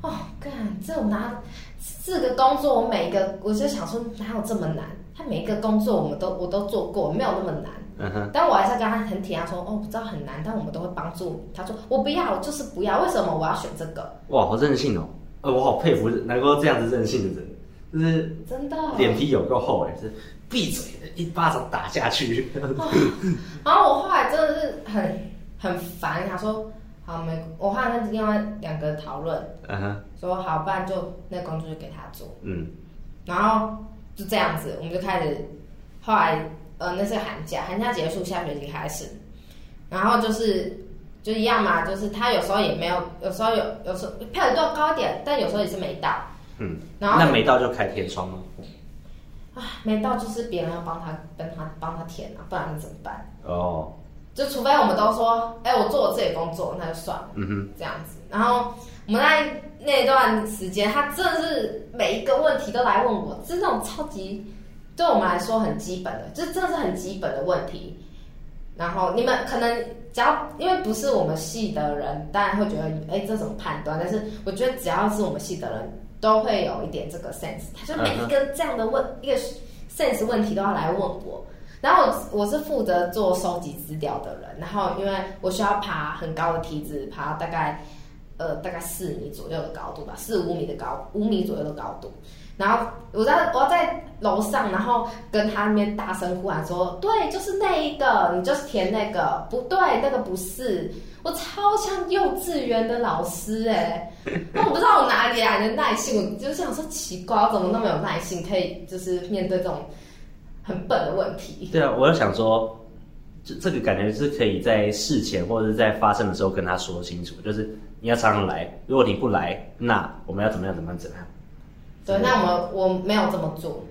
[SPEAKER 1] 哦，干这我拿四个工作，我每一个我就想说哪有这么难？他每一个工作我们都我都做过，没有那么难。
[SPEAKER 2] 嗯哼，
[SPEAKER 1] 但我还是跟他很体谅说，哦，我知道很难，但我们都会帮助你。他说我不要，我就是不要，为什么我要选这个？
[SPEAKER 2] 哇，好任性哦，呃，我好佩服能够这样子任性的人，就是
[SPEAKER 1] 真的
[SPEAKER 2] 脸皮有够厚哎，就是闭嘴，一巴掌打下 去。
[SPEAKER 1] 然后我后来真的是很很烦，想说好没，我后来跟另外两个讨论，
[SPEAKER 2] 嗯哼，
[SPEAKER 1] 说好，不然就那工作就给他做，
[SPEAKER 2] 嗯，
[SPEAKER 1] 然后就这样子，我们就开始，后来呃那是寒假，寒假结束，下学期开始，然后就是就一样嘛，就是他有时候也没有，有时候有，有时候配合度高一点，但有时候也是没到，
[SPEAKER 2] 嗯，
[SPEAKER 1] 然后
[SPEAKER 2] 那没到就开天窗吗？
[SPEAKER 1] 啊没到就是别人要帮他跟他帮他填啊，不然怎么办？
[SPEAKER 2] 哦，
[SPEAKER 1] 就除非我们都说，哎、我做我自己的工作，那就算了。
[SPEAKER 2] 嗯哼，
[SPEAKER 1] 这样子。然后我们在那段时间，他真的是每一个问题都来问我，是那种超级对我们来说很基本的，就真的是很基本的问题。然后你们可能只要因为不是我们系的人，当然会觉得哎、这怎么判断？但是我觉得只要是我们系的人，都会有一点这个 sense。他就每一个这样的问、一个 sense 问题都要来问我。然后我我是负责做收集资料的人，然后因为我需要爬很高的梯子，爬大概呃大概四米左右的高度吧，四五米的高，五米左右的高度。然后我在我要在楼上，然后跟他那边大声呼喊说：“对，就是那一个，你就是填那个，不对，那个不是。”我超像幼稚园的老师哎、那我不知道我哪里来的耐性，我就想说奇怪，我怎么那么有耐性，可以就是面对这种很笨的问题。
[SPEAKER 2] 对啊，我就想说，这这个感觉是可以在事前或者是在发生的时候跟他说清楚，就是你要常常来，如果你不来，那我们要怎么样怎么样怎么样。
[SPEAKER 1] 对，那我们我没有这么做，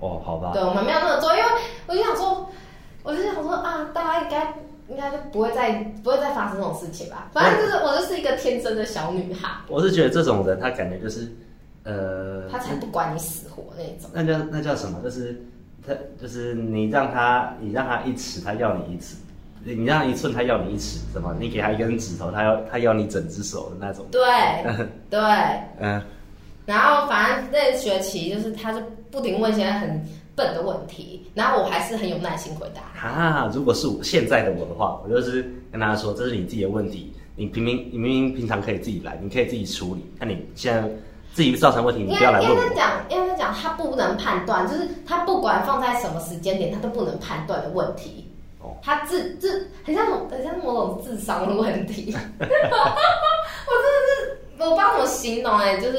[SPEAKER 2] 哦，好吧，
[SPEAKER 1] 对我们没有那么做，因为我就想说，我就想说啊，大家应该应该就不会再不会再发生这种事情吧。反正就是我就是一个天真的小女孩，
[SPEAKER 2] 我是觉得这种人他感觉就是，呃，
[SPEAKER 1] 她才不管你死活那种。
[SPEAKER 2] 那叫那叫什么？就是他就是你让他你让他一尺，他要你一尺；你让他一寸，他要你一尺，什么？你给他一根指头，他要他要你整只手的那种。
[SPEAKER 1] 对对，
[SPEAKER 2] 嗯、
[SPEAKER 1] 然后反正那学期就是她就不停问一些很笨的问题，然后我还是很有耐心回答。
[SPEAKER 2] 啊，如果是我现在的我的话，我就是跟他说，这是你自己的问题，你平明你明明平常可以自己来，你可以自己处理，那你现在自己造成问题，
[SPEAKER 1] 应
[SPEAKER 2] 你
[SPEAKER 1] 该
[SPEAKER 2] 不要来问
[SPEAKER 1] 应该
[SPEAKER 2] 我。
[SPEAKER 1] 讲，应该讲，他不能判断，就是他不管放在什么时间点，他都不能判断的问题。
[SPEAKER 2] 哦
[SPEAKER 1] 他智智很像很像某种智商的问题。我真的是我不知道怎么形容哎、就是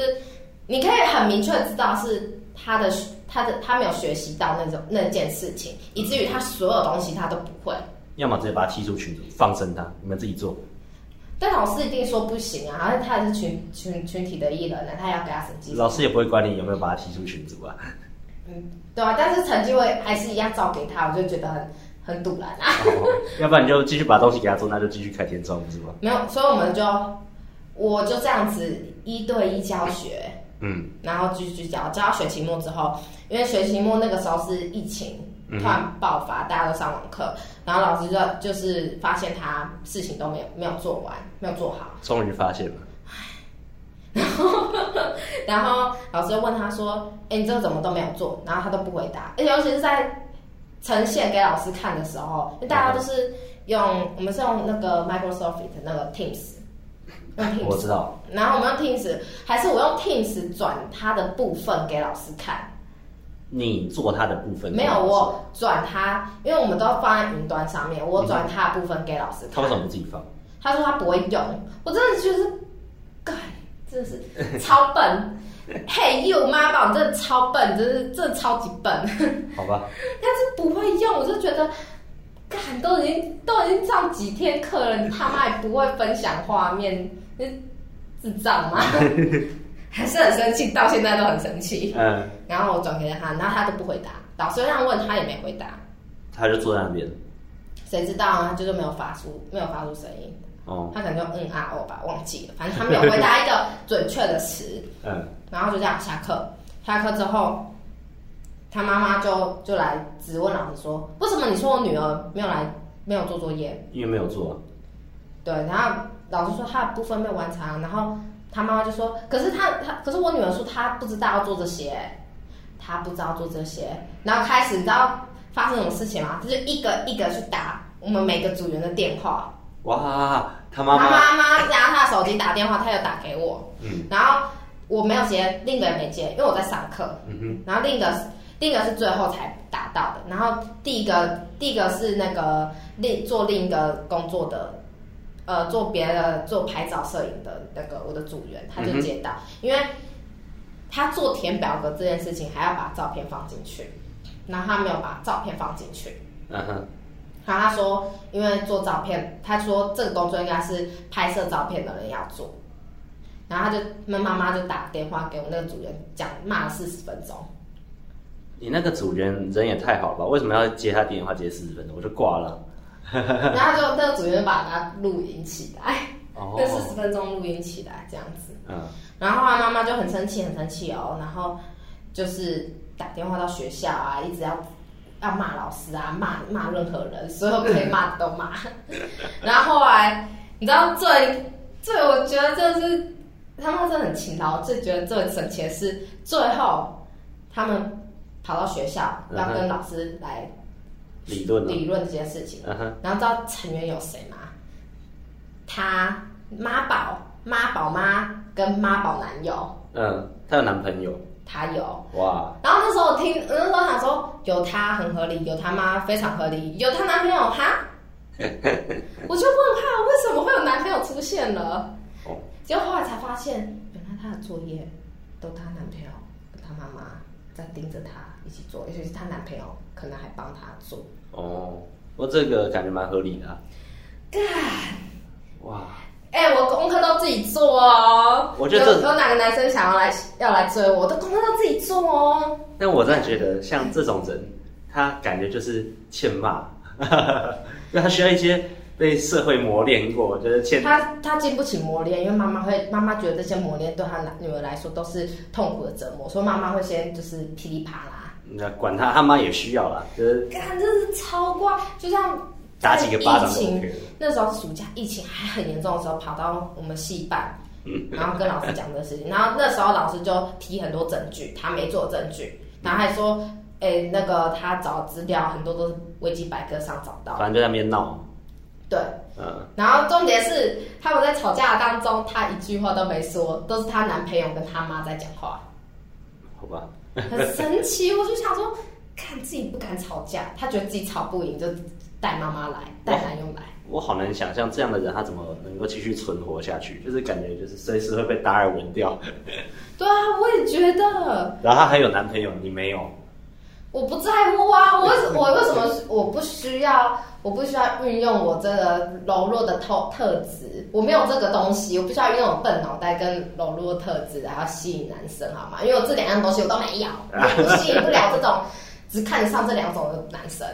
[SPEAKER 1] 你可以很明确地知道是他的他的他没有学习到那种那件事情，以至于他所有东西他都不会。
[SPEAKER 2] 要么直接把他踢出群组，放生他，你们自己做。
[SPEAKER 1] 但老师一定说不行啊，而且他也是群群群体的一人呢、啊他也要给他审计。
[SPEAKER 2] 老师也不会管你有没有把他踢出群组啊。
[SPEAKER 1] 嗯，对啊，但是成绩我也还是一样照给他，我就觉得很很堵然啊。
[SPEAKER 2] 哦要不然你就继续把东西给他做，那就继续开天窗，不是吗？
[SPEAKER 1] 没有，所以我们就我就这样子一对一教学，
[SPEAKER 2] 嗯，
[SPEAKER 1] 然后继续教，教到学期末之后，因为学期末那个时候是疫情
[SPEAKER 2] 嗯哼
[SPEAKER 1] 突然爆发，大家都上网课，然后老师就就是发现他事情都没有没有做完，没有做好。
[SPEAKER 2] 终于发现了，
[SPEAKER 1] 然后老师就问他说：“哎、你这个怎么都没有做？”然后他都不回答，而且尤其是在呈现给老师看的时候，因为大家都是用、我们是用那个 Microsoft 的那个 Teams，用 Teams，
[SPEAKER 2] 我知道，
[SPEAKER 1] 然后我们用 Teams，还是我用 Teams 转他的部分给老师看，
[SPEAKER 2] 你做他的部分
[SPEAKER 1] 没有我转他，因为我们都放在云端上面，我转他的部分给老师
[SPEAKER 2] 他
[SPEAKER 1] 看
[SPEAKER 2] 为。什么不自己放？
[SPEAKER 1] 他说他不会用，我真的就是，干，真的是超笨。嘿、y o u 妈宝，你真的超笨，真是真的超级笨。
[SPEAKER 2] 好吧，
[SPEAKER 1] 但是不会用，我就觉得，干都已经都已经上几天课了，你他妈也不会分享画面，你智障吗？还是很生气，到现在都很生气。
[SPEAKER 2] 嗯，
[SPEAKER 1] 然后我转给他，然后他都不回答，老师让问他也没回答，
[SPEAKER 2] 他就坐在那边。
[SPEAKER 1] 谁知道啊？他就是没有发出没有发出声音。
[SPEAKER 2] 哦，
[SPEAKER 1] 他可能就嗯啊哦吧，忘记了，反正他没有回答一个准确的词，
[SPEAKER 2] 嗯，
[SPEAKER 1] 然后就这样下课。下课之后，他妈妈就就来质问老师说：“为什么你说我女儿没有来，没有做作业
[SPEAKER 2] 因为没有做啊、？”
[SPEAKER 1] 对，然后老师说她的部分没有完成啊，然后他妈妈就说：“可是她她，可是我女儿说她不知道要做这些，她不知道做这些。”然后开始你知道发生什么事情吗？就是一个一个去打我们每个组员的电话，
[SPEAKER 2] 哇，他
[SPEAKER 1] 他
[SPEAKER 2] 妈妈，
[SPEAKER 1] 妈妈拿他的手机打电话，他有打给我，
[SPEAKER 2] 嗯
[SPEAKER 1] 然后我没有接，另一个也没接，因为我在上课。
[SPEAKER 2] 嗯哼，
[SPEAKER 1] 然后另一个是另一个是最后才打到的，然后第一个第一个是那个另做另一个工作的，呃，做别的做拍照摄影的那个我的组员，他就接到，
[SPEAKER 2] 嗯
[SPEAKER 1] 因为他做填表格这件事情还要把照片放进去，然后他没有把照片放进去。
[SPEAKER 2] 嗯哼，
[SPEAKER 1] 然后他说，因为做照片，他说这个工作应该是拍摄照片的人要做。然后他就那妈妈就打电话给我那个组员讲，骂了四十分钟。
[SPEAKER 2] 你那个组员人也太好了吧？为什么要接他电话接四十分钟？我就挂了。
[SPEAKER 1] 然后就那个组员就把他录影起来，
[SPEAKER 2] 哦
[SPEAKER 1] 那，四十分钟录影起来这样子。
[SPEAKER 2] 嗯，
[SPEAKER 1] 然后他妈妈就很生气，很生气哦，然后就是打电话到学校啊，一直要要骂老师啊，骂骂任何人，所有可以骂的都骂。 然后后来你知道最最我觉得就是他妈真的很勤劳，最觉得最神奇的是最后他们跑到学校要跟老师来
[SPEAKER 2] 嗯理论了，
[SPEAKER 1] 理论这件事情，
[SPEAKER 2] 嗯哼，
[SPEAKER 1] 然后知道成员有谁吗？他妈宝、妈宝妈跟妈宝男友，
[SPEAKER 2] 嗯，她有男朋友，
[SPEAKER 1] 他有。
[SPEAKER 2] 哇，
[SPEAKER 1] 然后那时候我听，那时候想说有他很合理，有他妈非常合理，有她男朋友哈，我就问他为什么会有男朋友出现了？
[SPEAKER 2] 哦，
[SPEAKER 1] 结果后来才发现，原来她的作业都她男朋友跟她妈妈在盯着她一起做，尤其是她男朋友可能还帮她做。
[SPEAKER 2] 哦，我这个感觉蛮合理的、啊，
[SPEAKER 1] 干。
[SPEAKER 2] 哇，
[SPEAKER 1] 哎、我功课都自己做哦。
[SPEAKER 2] 我觉得这
[SPEAKER 1] 有有哪个男生想要来要来追我，我的功课都自己做哦。
[SPEAKER 2] 但我真的觉得像这种人，他感觉就是欠骂， 因为他需要一些被社会磨练过，就是欠
[SPEAKER 1] 他他经不起磨练，因为妈妈会妈妈觉得这些磨练对他男女儿来说都是痛苦的折磨，所以妈妈会先就是噼里啪啦。
[SPEAKER 2] 那管他他妈也需要啦，就是
[SPEAKER 1] 干，这是超怪，就像
[SPEAKER 2] 打几个巴
[SPEAKER 1] 疫
[SPEAKER 2] 掌都
[SPEAKER 1] 情
[SPEAKER 2] OK 了。
[SPEAKER 1] 那时候暑假疫情还很严重的时候，跑到我们系办，然后跟老师讲这个事情，然后那时候老师就提很多证据，他没做的证据，然后还说诶、那个他找资料很多都是维基百科上找到的，
[SPEAKER 2] 反正就在那边闹，
[SPEAKER 1] 对。
[SPEAKER 2] 嗯，
[SPEAKER 1] 然后重点是他们在吵架当中，她一句话都没说，都是她男朋友跟她妈在讲话，
[SPEAKER 2] 好吧，
[SPEAKER 1] 很神奇。我就想说，看自己不敢吵架，她觉得自己吵不赢，就带妈妈来，带男友来。
[SPEAKER 2] 我好难想象这样的人他怎么能够继续存活下去，就是感觉就是随时会被达尔文掉，
[SPEAKER 1] 对啊，我也觉得，
[SPEAKER 2] 然后她还有男朋友，你没有，
[SPEAKER 1] 我不在乎啊，我为什我为什么我不需要，我不需要运用我这个柔弱的特特质，我没有这个东西，我不需要运用我笨脑袋跟柔弱特质来要吸引男生，好吗？因为我这两样东西我都没有，我不吸引不了这种只看得上这两种的男生。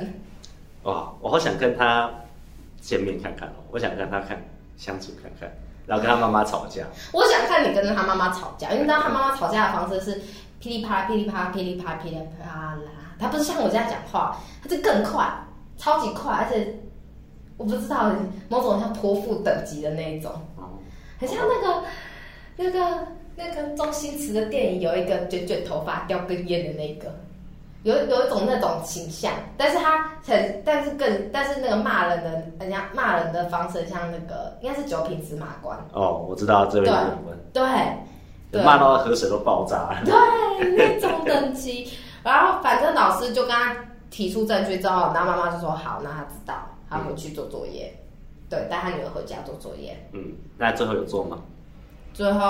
[SPEAKER 2] 哇，我好想跟他见面看看哦，我想跟他看相处看看，然后跟他妈妈吵架，
[SPEAKER 1] 我想看你跟他妈妈吵架，因为你知道他妈妈吵架的方式是噼里啪啦、噼里啪啦、噼里啪啦、噼里啪啦，他不是像我这样讲话，他是更快，超级快，而且我不知道某种像泼妇等级的那一种，
[SPEAKER 2] 哦
[SPEAKER 1] 很像那个那个那个周星驰的电影有一个卷卷头发叼根烟的那个。有有一种那种形象，但是他很，但是更，但是那个骂人的，人家骂人的方式像那个，应该是九品芝麻官，
[SPEAKER 2] 哦，我知道这位
[SPEAKER 1] 对
[SPEAKER 2] 我们。
[SPEAKER 1] 对，对啊
[SPEAKER 2] 骂到河水都爆炸了。
[SPEAKER 1] 对， 那种等级。然后反正老师就跟他提出证据之后，然后妈妈就说好，那他知道，他回去做作业，对，带他女儿回家做作业。
[SPEAKER 2] 嗯，那最后有做吗？
[SPEAKER 1] 最后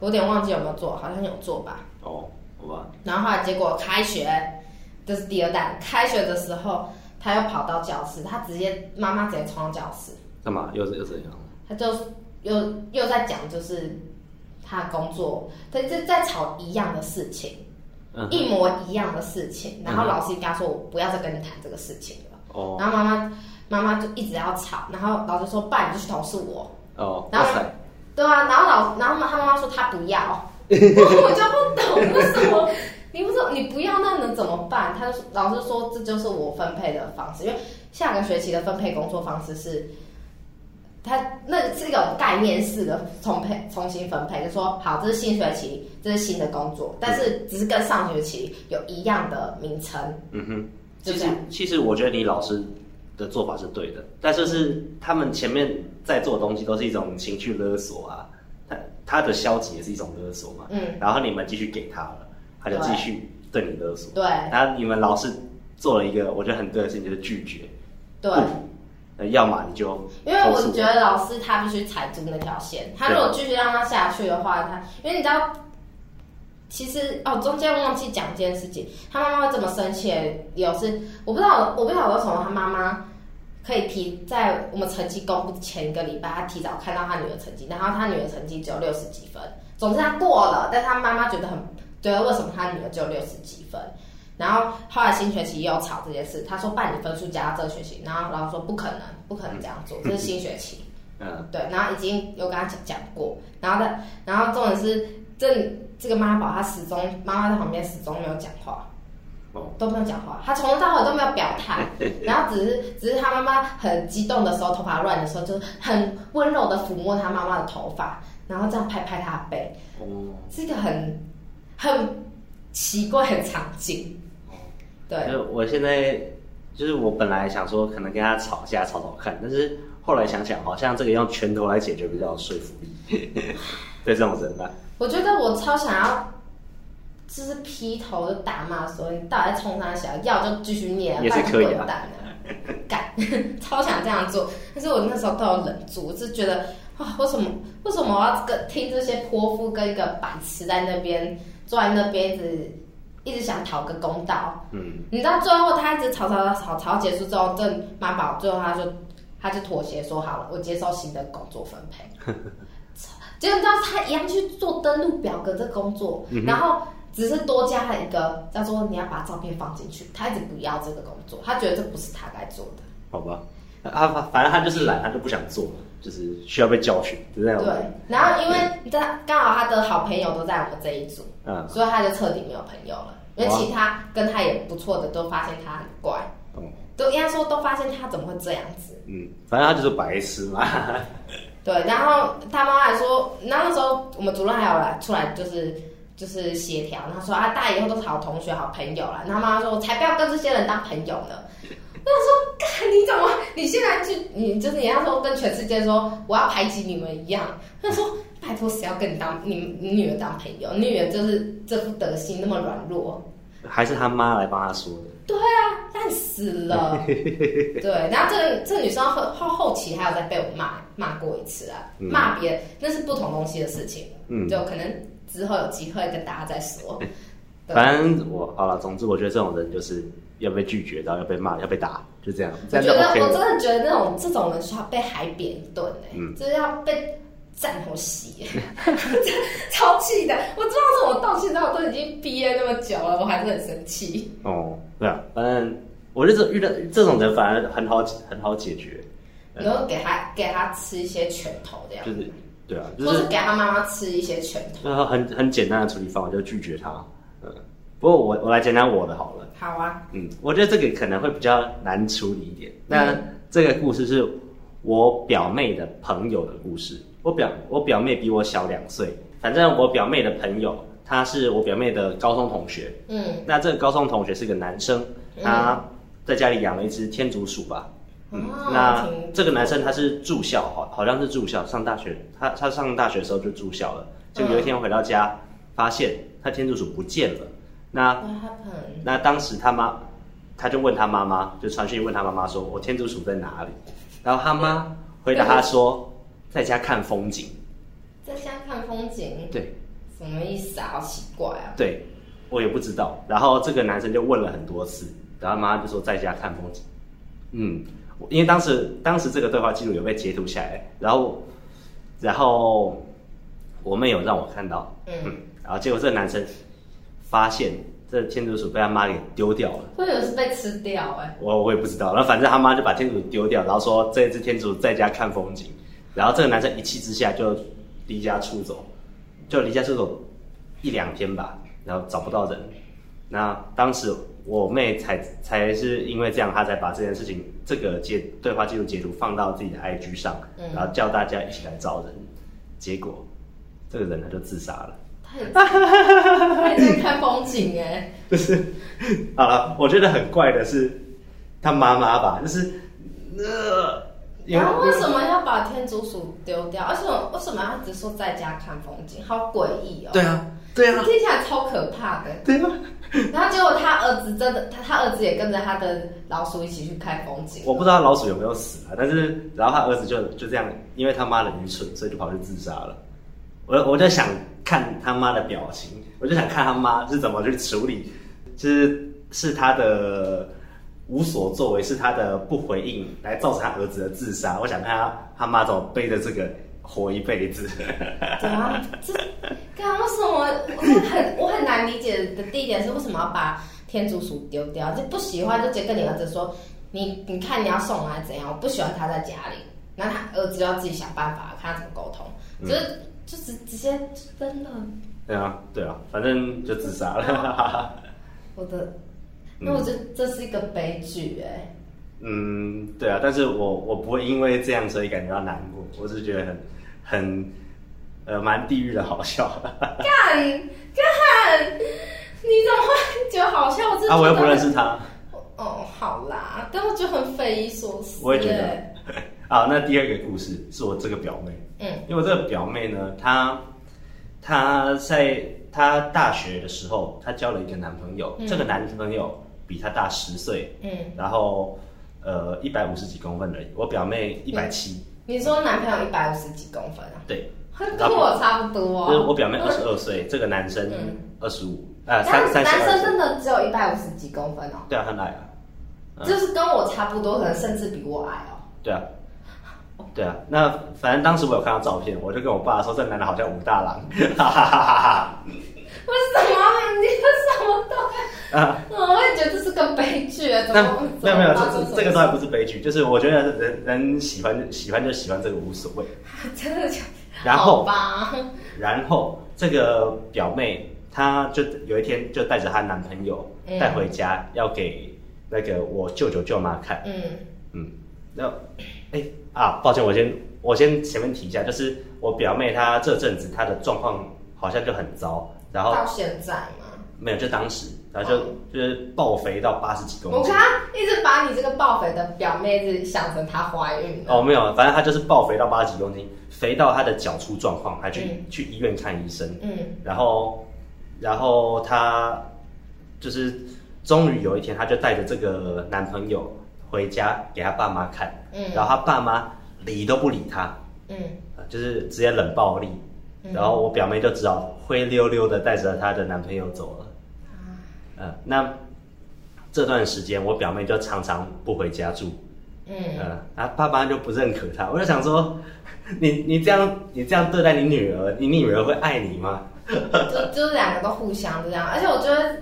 [SPEAKER 1] 我有点忘记有没有做，好像有做吧。
[SPEAKER 2] 哦，好吧，
[SPEAKER 1] 然后后来结果开学，这是第二弹，开学的时候他又跑到教室，他直接妈妈直接冲到教室，
[SPEAKER 2] 干嘛？又又怎样？
[SPEAKER 1] 他就又又在讲就是他的工作，他就在吵一样的事情。
[SPEAKER 2] 嗯，
[SPEAKER 1] 一模一样的事情，然后
[SPEAKER 2] 嗯
[SPEAKER 1] 老师跟他说：“我不要再跟你谈这个事情了。
[SPEAKER 2] 哦
[SPEAKER 1] 然后妈妈妈妈就一直要吵，然后老师说：“爸，你就去投诉我。
[SPEAKER 2] 哦，
[SPEAKER 1] 然
[SPEAKER 2] 哇
[SPEAKER 1] 后
[SPEAKER 2] 塞，
[SPEAKER 1] 对啊，然后老然后他妈妈说他不要，我就不懂为什么。你不知道你不要那能怎么办？他就说老师说这就是我分配的方式，因为下个学期的分配工作方式是，他那是一种概念式的重配重新分配，就说好这是新学期，这是新的工作，但是只是跟上学期有一样的名称，
[SPEAKER 2] 嗯哼，
[SPEAKER 1] 就
[SPEAKER 2] 其
[SPEAKER 1] 这
[SPEAKER 2] 实
[SPEAKER 1] 样
[SPEAKER 2] 其实我觉得你老师的做法是对的，但是是
[SPEAKER 1] 嗯
[SPEAKER 2] 他们前面在做的东西都是一种情绪勒索啊，他他的消极也是一种勒索嘛，
[SPEAKER 1] 嗯，
[SPEAKER 2] 然后你们继续给他了，他就继续对你勒索，
[SPEAKER 1] 对
[SPEAKER 2] 然后你们老师做了一个我觉得很对的事情，就是拒绝，
[SPEAKER 1] 对。
[SPEAKER 2] 呃要么你就
[SPEAKER 1] 因为
[SPEAKER 2] 投
[SPEAKER 1] 我
[SPEAKER 2] 诉
[SPEAKER 1] 觉得老师他必须踩住那条线，他如果继续让他下去的话，他因为你知道，其实哦中间忘记讲这件事情，他妈妈会这么生气的理由是，我不知道我不晓得为什么他妈妈可以提在我们成绩公布前一个礼拜，他提早看到他女儿成绩，然后他女儿成绩只有六十几分，总之他过了，但是他妈妈觉得很觉得为什么他女儿只有六十几分。然后后来新学期又吵这件事，他说把你分数加到这个学期，然后老师说不可能，不可能这样做，这是新学期，
[SPEAKER 2] 嗯
[SPEAKER 1] 对，然后已经有跟他讲讲过，然后他，然后重点是这这个妈宝她始终妈妈在旁边始终没有讲话，
[SPEAKER 2] 哦
[SPEAKER 1] 都没有讲话，她从头到尾都没有表态，然后只是只是她妈妈很激动的时候，头发乱的时候，就是很温柔的抚摸她妈妈的头发，然后这样拍拍她的背，
[SPEAKER 2] 哦。
[SPEAKER 1] 是一个很很奇怪的场景，对。
[SPEAKER 2] 就我现在就是我本来想说可能跟他吵架吵吵看，但是后来想想，好像这个用拳头来解决比较有说服力。 对这种人啊，
[SPEAKER 1] 我觉得我超想要，就是劈头就打骂说你到底在冲啥小，要就继续念，
[SPEAKER 2] 也是可以
[SPEAKER 1] 不
[SPEAKER 2] 啊
[SPEAKER 1] 然就滚蛋了，干， 超想这样做，但是我那时候都有忍住，我是觉得啊，为什么为什么我要跟听这些泼妇跟一个白痴在那边坐在那边一直一直想讨个公道，
[SPEAKER 2] 嗯，
[SPEAKER 1] 你知道最后他一直吵吵吵吵吵结束之后，这妈宝最后他就他就妥协说好了，我接受新的工作分配。结果你知道他一样去做登录表格这工作，
[SPEAKER 2] 嗯
[SPEAKER 1] 然后只是多加了一个叫做你要把照片放进去，他一直不要这个工作，他觉得这不是他该做的。
[SPEAKER 2] 好吧，啊，反反正他就是懒，他就不想做，就是需要被教训，就那种
[SPEAKER 1] 对
[SPEAKER 2] 人。，
[SPEAKER 1] 然后因为你知道刚好他的好朋友都在我们这一组，
[SPEAKER 2] 嗯，
[SPEAKER 1] 所以他就彻底没有朋友了。因为
[SPEAKER 2] 哇
[SPEAKER 1] 其他跟他也不错的都发现他很怪，
[SPEAKER 2] 哦，
[SPEAKER 1] 都应该说都发现他怎么会这样子。
[SPEAKER 2] 嗯，反正他就是白痴嘛。
[SPEAKER 1] 对，然后他妈还说，然后那时候我们主任还有来出来，就是就是协调，然后说啊，大家以后都是好同学、好朋友啦。然后妈妈说，我才不要跟这些人当朋友呢。我想说，干你怎么？你现在就你就是你要说跟全世界说我要排挤你们一样。他说，拜托，谁要跟你当你你女儿当朋友？你女儿就是这副德行，那么软弱。
[SPEAKER 2] 还是他妈来帮他说的。
[SPEAKER 1] 对啊，烂死 了。对，然后这个这个女生后后后期还有再被我骂骂过一次啊，
[SPEAKER 2] 嗯
[SPEAKER 1] 骂别人那是不同东西的事情，
[SPEAKER 2] 嗯，
[SPEAKER 1] 就可能之后有机会跟大家再说。对
[SPEAKER 2] 反正我好了，总之我觉得这种人就是要被拒绝，然后要被骂，要被打，就这样，这
[SPEAKER 1] 我
[SPEAKER 2] 样
[SPEAKER 1] 觉
[SPEAKER 2] 就
[SPEAKER 1] 得
[SPEAKER 2] 哎 OK
[SPEAKER 1] 我
[SPEAKER 2] 了。
[SPEAKER 1] 真的觉得那种这种人需要被海扁一顿哎、
[SPEAKER 2] 嗯
[SPEAKER 1] 就是要被战火洗， 超气的。我知道是我到现在我都已经毕业那么久了，我还是很生气。
[SPEAKER 2] 哦，对啊，反正我觉得这遇到这种人反而很好很好解决，嗯
[SPEAKER 1] 然后给他给他吃一些拳头这样，
[SPEAKER 2] 就是对啊，就
[SPEAKER 1] 或
[SPEAKER 2] 是
[SPEAKER 1] 是给他妈妈吃一些拳头。
[SPEAKER 2] 就是很很简单的处理方法，就拒绝他。嗯，不过我我来讲讲我的好了。
[SPEAKER 1] 好啊，
[SPEAKER 2] 嗯，我觉得这个可能会比较难处理一点。那这个故事是我表妹的朋友的故事。我表我表妹比我小两岁，反正我表妹的朋友，他是我表妹的高中同学。
[SPEAKER 1] 嗯，
[SPEAKER 2] 那这个高中同学是个男生，他在家里养了一只天竺鼠吧。嗯，
[SPEAKER 1] 哦
[SPEAKER 2] 那
[SPEAKER 1] 挺
[SPEAKER 2] 这个男生他是住校，好好像是住校，上大学，他他上大学的时候就住校了。就有一天回到家，发现他天竺鼠不见了。那
[SPEAKER 1] 哇他很
[SPEAKER 2] 那当时他妈，他就问他妈妈，就传讯问他妈妈说：“我天竺鼠在哪里？”然后他妈回答他说：“在家看风景。
[SPEAKER 1] 在家看风景，
[SPEAKER 2] 对”
[SPEAKER 1] 什么意思啊？好奇怪啊！
[SPEAKER 2] 对我也不知道。然后这个男生就问了很多次，然后他妈就说在家看风景。嗯，我因为当时当时这个对话记录有被截图下来，然后然后我妹有让我看到，
[SPEAKER 1] 嗯，
[SPEAKER 2] 然后结果这个男生发现这天竺鼠被他妈给丢掉了。
[SPEAKER 1] 或者是被吃掉 哎、
[SPEAKER 2] 我我也不知道，然后反正他妈就把天竺丢掉，然后说这只天竺在家看风景，然后这个男生一气之下就离家出走，就离家出走一两天吧，然后找不到人。那当时我妹才才是因为这样，她才把这件事情这个截对话记录截图放到自己的 IG 上，
[SPEAKER 1] 嗯
[SPEAKER 2] 然后叫大家一起来找人。结果这个人他就自杀了。
[SPEAKER 1] 他也他也在看风景哎、
[SPEAKER 2] 就是好了，我觉得很怪的是他妈妈吧，就是呃，因
[SPEAKER 1] 然后为
[SPEAKER 2] 为
[SPEAKER 1] 什么要把天竺鼠丢掉？而且我为什么要只说在家看风景？好诡异哦！
[SPEAKER 2] 对，啊，对啊，
[SPEAKER 1] 听起来超可怕的。
[SPEAKER 2] 对啊，
[SPEAKER 1] 然后结果他儿子真的，他他儿子也跟着他的老鼠一起去看风景。
[SPEAKER 2] 我不知道老鼠有没有死啊，但是然后他儿子就就这样，因为他妈的愚蠢，所以就跑去自杀了。我我就想看他妈的表情，我就想看他妈是怎么去处理，就是是他的无所作为，是他的不回应来造成他儿子的自杀。我想看他他妈怎么背着这个活一辈子。
[SPEAKER 1] 对啊，这干为什么？我真的很我很难理解的第一点是为什么要把天竺鼠丢掉？就不喜欢就直接跟你儿子说，你你看你要送来怎样？我不喜欢他在家里，那他儿子就要自己想办法，看他怎么沟通，
[SPEAKER 2] 嗯
[SPEAKER 1] 就是、就直直接真的，
[SPEAKER 2] 对啊，对啊，反正就自杀了。
[SPEAKER 1] 我的，那我觉得这是一个悲剧哎、
[SPEAKER 2] 嗯，对啊，但是我我不会因为这样所以感觉到难过，我只是觉得很很呃蛮地狱的好笑啊！
[SPEAKER 1] 干干，你怎么会觉得好笑？我真的
[SPEAKER 2] 啊我又
[SPEAKER 1] 觉
[SPEAKER 2] 不
[SPEAKER 1] 得
[SPEAKER 2] 认识他，
[SPEAKER 1] 哦，好啦，但我觉得很匪夷所思、欸。
[SPEAKER 2] 我也觉得。好，那第二个故事是我这个表妹，
[SPEAKER 1] 嗯
[SPEAKER 2] 因为我这个表妹呢，她她在她大学的时候，她交了一个男朋友，
[SPEAKER 1] 嗯
[SPEAKER 2] 这个男朋友比她大十岁，
[SPEAKER 1] 嗯。
[SPEAKER 2] 然后呃一百五十几公分而已，我表妹一百七，
[SPEAKER 1] 你说男朋友一百五十几公分啊？
[SPEAKER 2] 对，
[SPEAKER 1] 跟我差不多、
[SPEAKER 2] 就是我表妹二十二岁，这个男生
[SPEAKER 1] 嗯
[SPEAKER 2] 二十五，呃，三
[SPEAKER 1] 男
[SPEAKER 2] 三十
[SPEAKER 1] 男
[SPEAKER 2] 二
[SPEAKER 1] 生
[SPEAKER 2] 岁，
[SPEAKER 1] 真的只有一百五十几公分哦，
[SPEAKER 2] 对啊，很矮啊，嗯
[SPEAKER 1] 就是跟我差不多，可能甚至比我矮哦。
[SPEAKER 2] 对啊，对啊。那反正当时我有看到照片，我就跟我爸说，这男的好像武大郎，哈哈哈哈哈
[SPEAKER 1] 为什么？你为什么都？
[SPEAKER 2] 哈。啊，
[SPEAKER 1] 嗯我也觉得这是个悲剧啊！怎
[SPEAKER 2] 但
[SPEAKER 1] 么？
[SPEAKER 2] 没有没有，
[SPEAKER 1] 怎么
[SPEAKER 2] 这
[SPEAKER 1] 发生
[SPEAKER 2] 这
[SPEAKER 1] 么
[SPEAKER 2] 这个倒还不是悲剧，就是我觉得人人喜欢就喜欢就喜欢这个无所谓。
[SPEAKER 1] 事真的就
[SPEAKER 2] 然后
[SPEAKER 1] 好吧，
[SPEAKER 2] 然后这个表妹她就有一天就带着她男朋友
[SPEAKER 1] 嗯
[SPEAKER 2] 带回家，要给那个我舅舅舅妈看。
[SPEAKER 1] 嗯
[SPEAKER 2] 嗯，那哎、啊，抱歉，我先我先前面提一下，就是我表妹她这阵子她的状况好像就很糟，然后
[SPEAKER 1] 到现在吗？
[SPEAKER 2] 没有就当时，然后就、就是爆肥到八十几公
[SPEAKER 1] 哦我
[SPEAKER 2] 斤
[SPEAKER 1] 看。他一直把你这个暴肥的表妹子想成她怀孕了，
[SPEAKER 2] 哦，没有，反正他就是爆肥到八十几公斤，肥到他的脚出状况，还去、
[SPEAKER 1] 嗯
[SPEAKER 2] 去医院看医生，
[SPEAKER 1] 嗯，
[SPEAKER 2] 然后，然后他就是终于有一天，他就带着这个男朋友回家给他爸妈看，
[SPEAKER 1] 嗯
[SPEAKER 2] 然后他爸妈理都不理他，
[SPEAKER 1] 嗯
[SPEAKER 2] 呃就是直接冷暴力，
[SPEAKER 1] 嗯
[SPEAKER 2] 然后我表妹就只好灰溜溜的带着她的男朋友走了。
[SPEAKER 1] 啊
[SPEAKER 2] 嗯，那这段时间我表妹就常常不回家住，
[SPEAKER 1] 嗯
[SPEAKER 2] 嗯，她爸妈就不认可她。我就想说，你你这样你这样对待你女儿，你女儿会爱你吗？
[SPEAKER 1] 就就是两个都互相这样，而且我觉得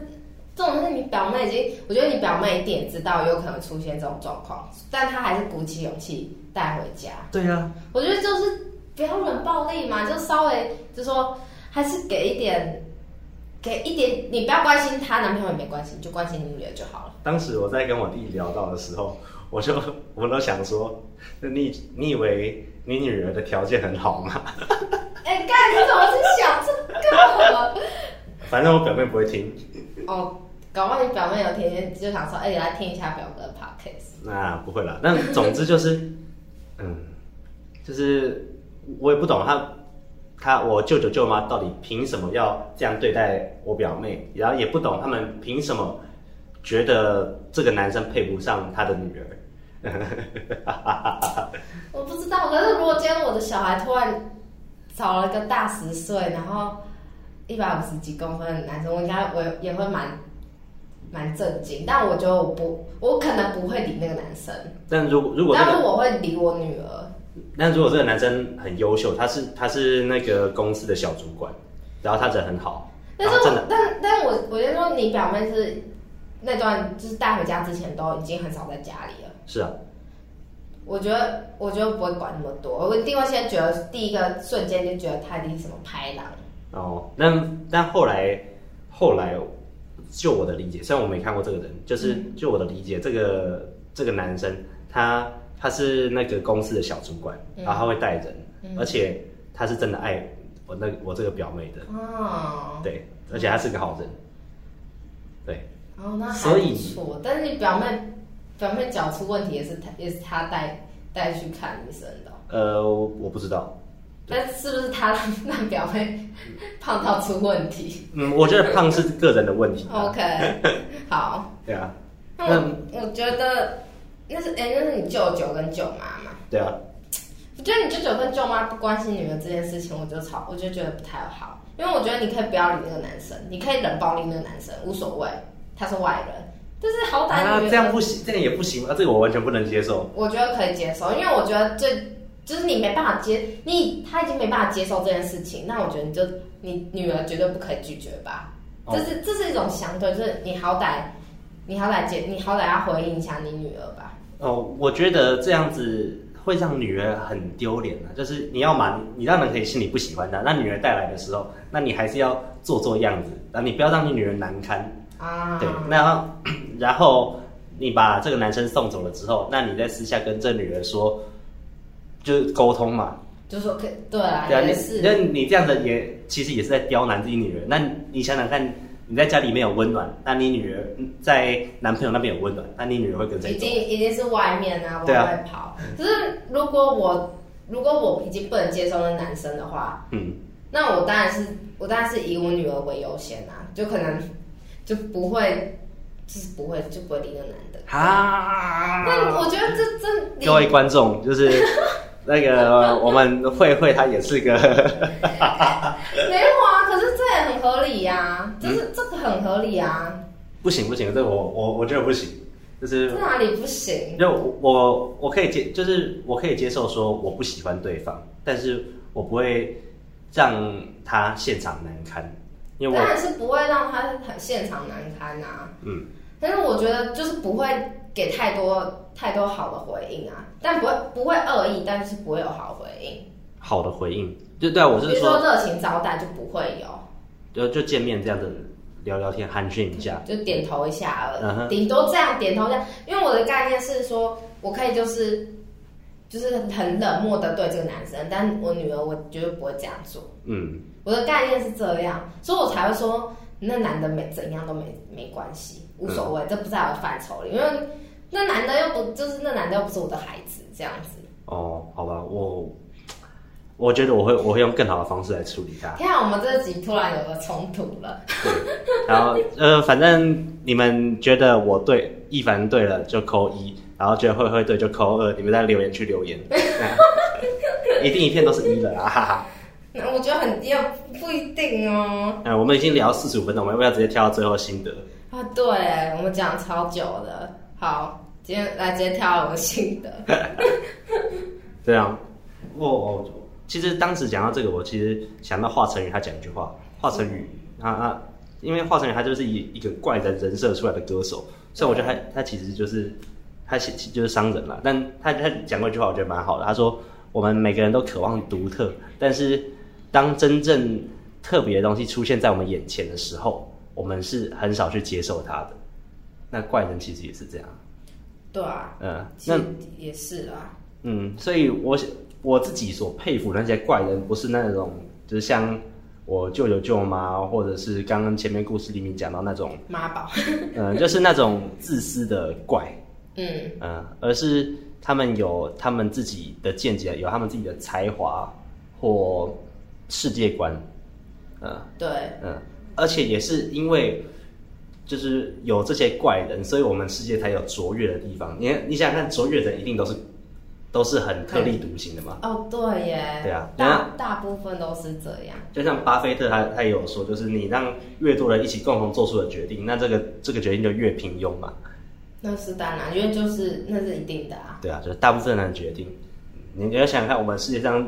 [SPEAKER 1] 这种是你表妹已经，我觉得你表妹一定也知道有可能出现这种状况，但她还是鼓起勇气带回家。
[SPEAKER 2] 对啊呀、
[SPEAKER 1] 我觉得就是不要冷暴力嘛，就稍微就说还是给一点，给一点，你不要关心她男朋友也没关系，你就关心你女儿就好了。
[SPEAKER 2] 当时我在跟我弟聊到的时候，我就我都想说，你你以为你女儿的条件很好吗？
[SPEAKER 1] 哎、干，你怎么是想这个？
[SPEAKER 2] 反正我表妹不会听，
[SPEAKER 1] 哦，搞不好你表妹有天天就想说，哎、你来听一下表哥的 podcast。
[SPEAKER 2] 那不会啦。但总之就是，嗯，就是我也不懂他他我舅舅舅妈到底凭什么要这样对待我表妹，然后也不懂他们凭什么觉得这个男生配不上他的女儿。
[SPEAKER 1] 我不知道，可是如果今天我的小孩突然找了个大十岁，然后一百五十几公分的男生，我应该我也会蛮蛮震惊。但我觉得我不，我可能不会理那个男生，
[SPEAKER 2] 但如果如果这
[SPEAKER 1] 但
[SPEAKER 2] 个
[SPEAKER 1] 是我会理我女儿。
[SPEAKER 2] 但如果这个男生很优秀，他是他是那个公司的小主管，然后他人很好，
[SPEAKER 1] 但
[SPEAKER 2] 然
[SPEAKER 1] 是
[SPEAKER 2] 后
[SPEAKER 1] 我，
[SPEAKER 2] 真的
[SPEAKER 1] 但但我我就说，你表妹是那段就是带回家之前都已经很少在家里了。
[SPEAKER 2] 是啊，
[SPEAKER 1] 我觉得，我觉得不会管那么多，我一定会先觉得第一个瞬间就觉得他一定是什么拍狼，
[SPEAKER 2] 哦，但但后来后来，就我的理解，虽然我没看过这个人，就是、
[SPEAKER 1] 嗯
[SPEAKER 2] 就我的理解，这个这个男生他他是那个公司的小主管，
[SPEAKER 1] 嗯
[SPEAKER 2] 然后他会带人，
[SPEAKER 1] 嗯
[SPEAKER 2] 而且他是真的爱我那我这个表妹的，
[SPEAKER 1] 哦，
[SPEAKER 2] 对，而且他是个好人，对，
[SPEAKER 1] 哦，那还
[SPEAKER 2] 所
[SPEAKER 1] 不
[SPEAKER 2] 以
[SPEAKER 1] 错。但是你表妹表妹脚出问题也是她也是她带带去看医生的哦，
[SPEAKER 2] 呃，我我不知道，
[SPEAKER 1] 但是不是她让 让表妹 胖到出问题
[SPEAKER 2] 嗯，我觉得胖是个人的问题、
[SPEAKER 1] 哦
[SPEAKER 2] 啊，
[SPEAKER 1] ？OK，好，
[SPEAKER 2] 对啊，
[SPEAKER 1] 那我我觉得那是哎、那是你舅舅跟舅妈嘛？
[SPEAKER 2] 对啊，
[SPEAKER 1] 我觉得你舅舅跟舅妈不关心女儿这件事情，我就吵，我就觉得不太好，因为我觉得你可以不要理那个男生，你可以冷暴力那个男生，无所谓，他是外人，哦但是好歹
[SPEAKER 2] 啊
[SPEAKER 1] 女儿、
[SPEAKER 2] 这样不行，这样也不行啊，这个我完全不能接受，
[SPEAKER 1] 我觉得可以接受，因为我觉得最就是你没办法接你，他已经没办法接受这件事情，那我觉得你就你女儿绝对不可以拒绝吧，
[SPEAKER 2] 哦
[SPEAKER 1] 这是这是一种相对，就是你好歹你好歹接你好歹要回应一下你女儿吧，
[SPEAKER 2] 哦，我觉得这样子会让女儿很丢脸啊。就是你要嘛，你让人可以心里不喜欢她，那女儿带来的时候，那你还是要做做样子，然后你不要让你女儿难堪。
[SPEAKER 1] 啊，
[SPEAKER 2] 对，那 然后你把这个男生送走了之后，那你再私下跟这女儿说，就是沟通嘛。
[SPEAKER 1] 就说可对啊，
[SPEAKER 2] 对啊，
[SPEAKER 1] 也
[SPEAKER 2] 你
[SPEAKER 1] 是
[SPEAKER 2] 那你这样子也其实也是在刁难自己女儿。那你想想看。你在家里没有温暖，那你女儿在男朋友那边有温暖，那你女儿会跟谁
[SPEAKER 1] 已
[SPEAKER 2] 走
[SPEAKER 1] 经？已经是外面啊，往
[SPEAKER 2] 对啊
[SPEAKER 1] 外跑。只是如果我如果我已经不能接受那男生的话，
[SPEAKER 2] 嗯，
[SPEAKER 1] 那我当然是我当然是以我女儿为优先啊，就可能就不会就是不会就不会理那个男的。
[SPEAKER 2] 啊
[SPEAKER 1] 但我觉得这真
[SPEAKER 2] 各位观众，就是 那个我们慧慧她也是个
[SPEAKER 1] 没有啊，可是这也很合理呀、
[SPEAKER 2] 嗯
[SPEAKER 1] 啊，就是、这个很合理啊，
[SPEAKER 2] 不行不行，这我我我觉得不行，就是
[SPEAKER 1] 这哪里不行？
[SPEAKER 2] 就我我可以接，就是我可以接受说我不喜欢对方，但是我不会让他现场难堪，因为
[SPEAKER 1] 当
[SPEAKER 2] 我
[SPEAKER 1] 然是不会让他很现场难堪啊。
[SPEAKER 2] 嗯
[SPEAKER 1] 但是我觉得就是不会给太多太多好的回应啊，但不会不会恶意，但是不会有好回应。
[SPEAKER 2] 好的回应，就对啊，我
[SPEAKER 1] 比
[SPEAKER 2] 是
[SPEAKER 1] 如说
[SPEAKER 2] 说
[SPEAKER 1] 热情招待就不会有，
[SPEAKER 2] 就就见面这样子聊聊天寒暄一下，
[SPEAKER 1] 就点头一下
[SPEAKER 2] 嗯
[SPEAKER 1] 而已，
[SPEAKER 2] 哼
[SPEAKER 1] 顶、多这样点头一下。因为我的概念是说，我可以就是就是很冷漠的对这个男生，但我女儿我绝对不会这样做。
[SPEAKER 2] 嗯，
[SPEAKER 1] 我的概念是这样，所以我才会说那男的没怎样都没没关系，无所
[SPEAKER 2] 嗯
[SPEAKER 1] 谓，这不在我的范畴里，因为那男的又不就是那男的又不是我的孩子，这样子。
[SPEAKER 2] 哦，好吧，我我觉得我会我会用更好的方式来处理它。
[SPEAKER 1] 天啊，我们这集突然有了冲突了，
[SPEAKER 2] 然后呃，反正你们觉得我对一凡对了就扣一，然后觉得慧慧对就扣二，你们在留言区留言，啊一定一片都是一了啊！哈哈。
[SPEAKER 1] 那我觉得很要不一定哦。
[SPEAKER 2] 嗯，我们已经聊四十五分钟，我们要不要直接跳到最后心得？
[SPEAKER 1] 啊，对，我们讲超久的，好，今天来直接挑我们心得。
[SPEAKER 2] 对啊，我、我哦其实当时讲到这个，我其实想到华晨宇他讲一句话，华晨宇啊啊，因为华晨宇他就是一一个怪人人设出来的歌手，所以我觉得他他其实就是他其其就是商人啦，但他他讲过一句话，我觉得蛮好的，他说我们每个人都渴望独特，但是当真正特别的东西出现在我们眼前的时候，我们是很少去接受它的。那怪人其实也是这样，
[SPEAKER 1] 对啊，
[SPEAKER 2] 嗯，
[SPEAKER 1] 其
[SPEAKER 2] 那
[SPEAKER 1] 实也是啊。
[SPEAKER 2] 嗯，所以我想我自己所佩服的那些怪人，不是那种就是像我舅舅舅妈，或者是刚刚前面故事里面讲到那种，
[SPEAKER 1] 妈宝，
[SPEAKER 2] 嗯、就是那种自私的怪，
[SPEAKER 1] 嗯，
[SPEAKER 2] 嗯、而是他们有他们自己的见解，有他们自己的才华或世界观，嗯、
[SPEAKER 1] 对，
[SPEAKER 2] 嗯，而且也是因为就是有这些怪人，所以我们世界才有卓越的地方。你你想想看，卓越的人一定都是都是很特立独行的嘛。
[SPEAKER 1] 哦，对耶，
[SPEAKER 2] 对啊
[SPEAKER 1] 大大部分都是这样，
[SPEAKER 2] 就像巴菲特他他也有说，就是你让越多人一起共同做出的决定，那这个这个决定就越平庸嘛。
[SPEAKER 1] 那是当然，因为就是那是一定的啊，
[SPEAKER 2] 对啊，就是大部分人的决定。你你要想想看，我们世界上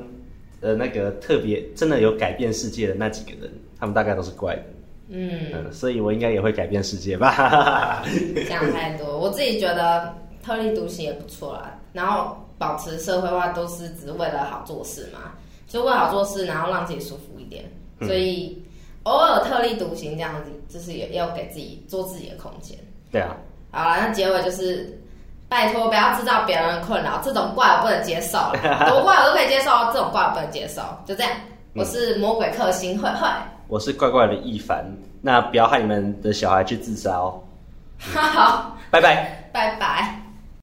[SPEAKER 2] 呃那个特别真的有改变世界的那几个人，他们大概都是怪人。
[SPEAKER 1] 嗯，
[SPEAKER 2] 嗯，所以我应该也会改变世界吧。
[SPEAKER 1] 讲太多， 我自己觉得特立独行也不错啦，然后保持社会化都是只为了好做事嘛，就为好做事，然后让自己舒服一点，所以偶尔特立独行这样子，就是也要给自己做自己的空间。
[SPEAKER 2] 对啊，
[SPEAKER 1] 好了，那结尾就是拜托不要制造别人的困扰，这种怪我不能接受了，多怪我都可以接受，这种怪我不能接受，就这样。我是魔鬼克星慧慧，
[SPEAKER 2] 我是怪怪的一凡，那不要害你们的小孩去自杀哦。
[SPEAKER 1] 好，
[SPEAKER 2] 拜拜。
[SPEAKER 1] 拜拜。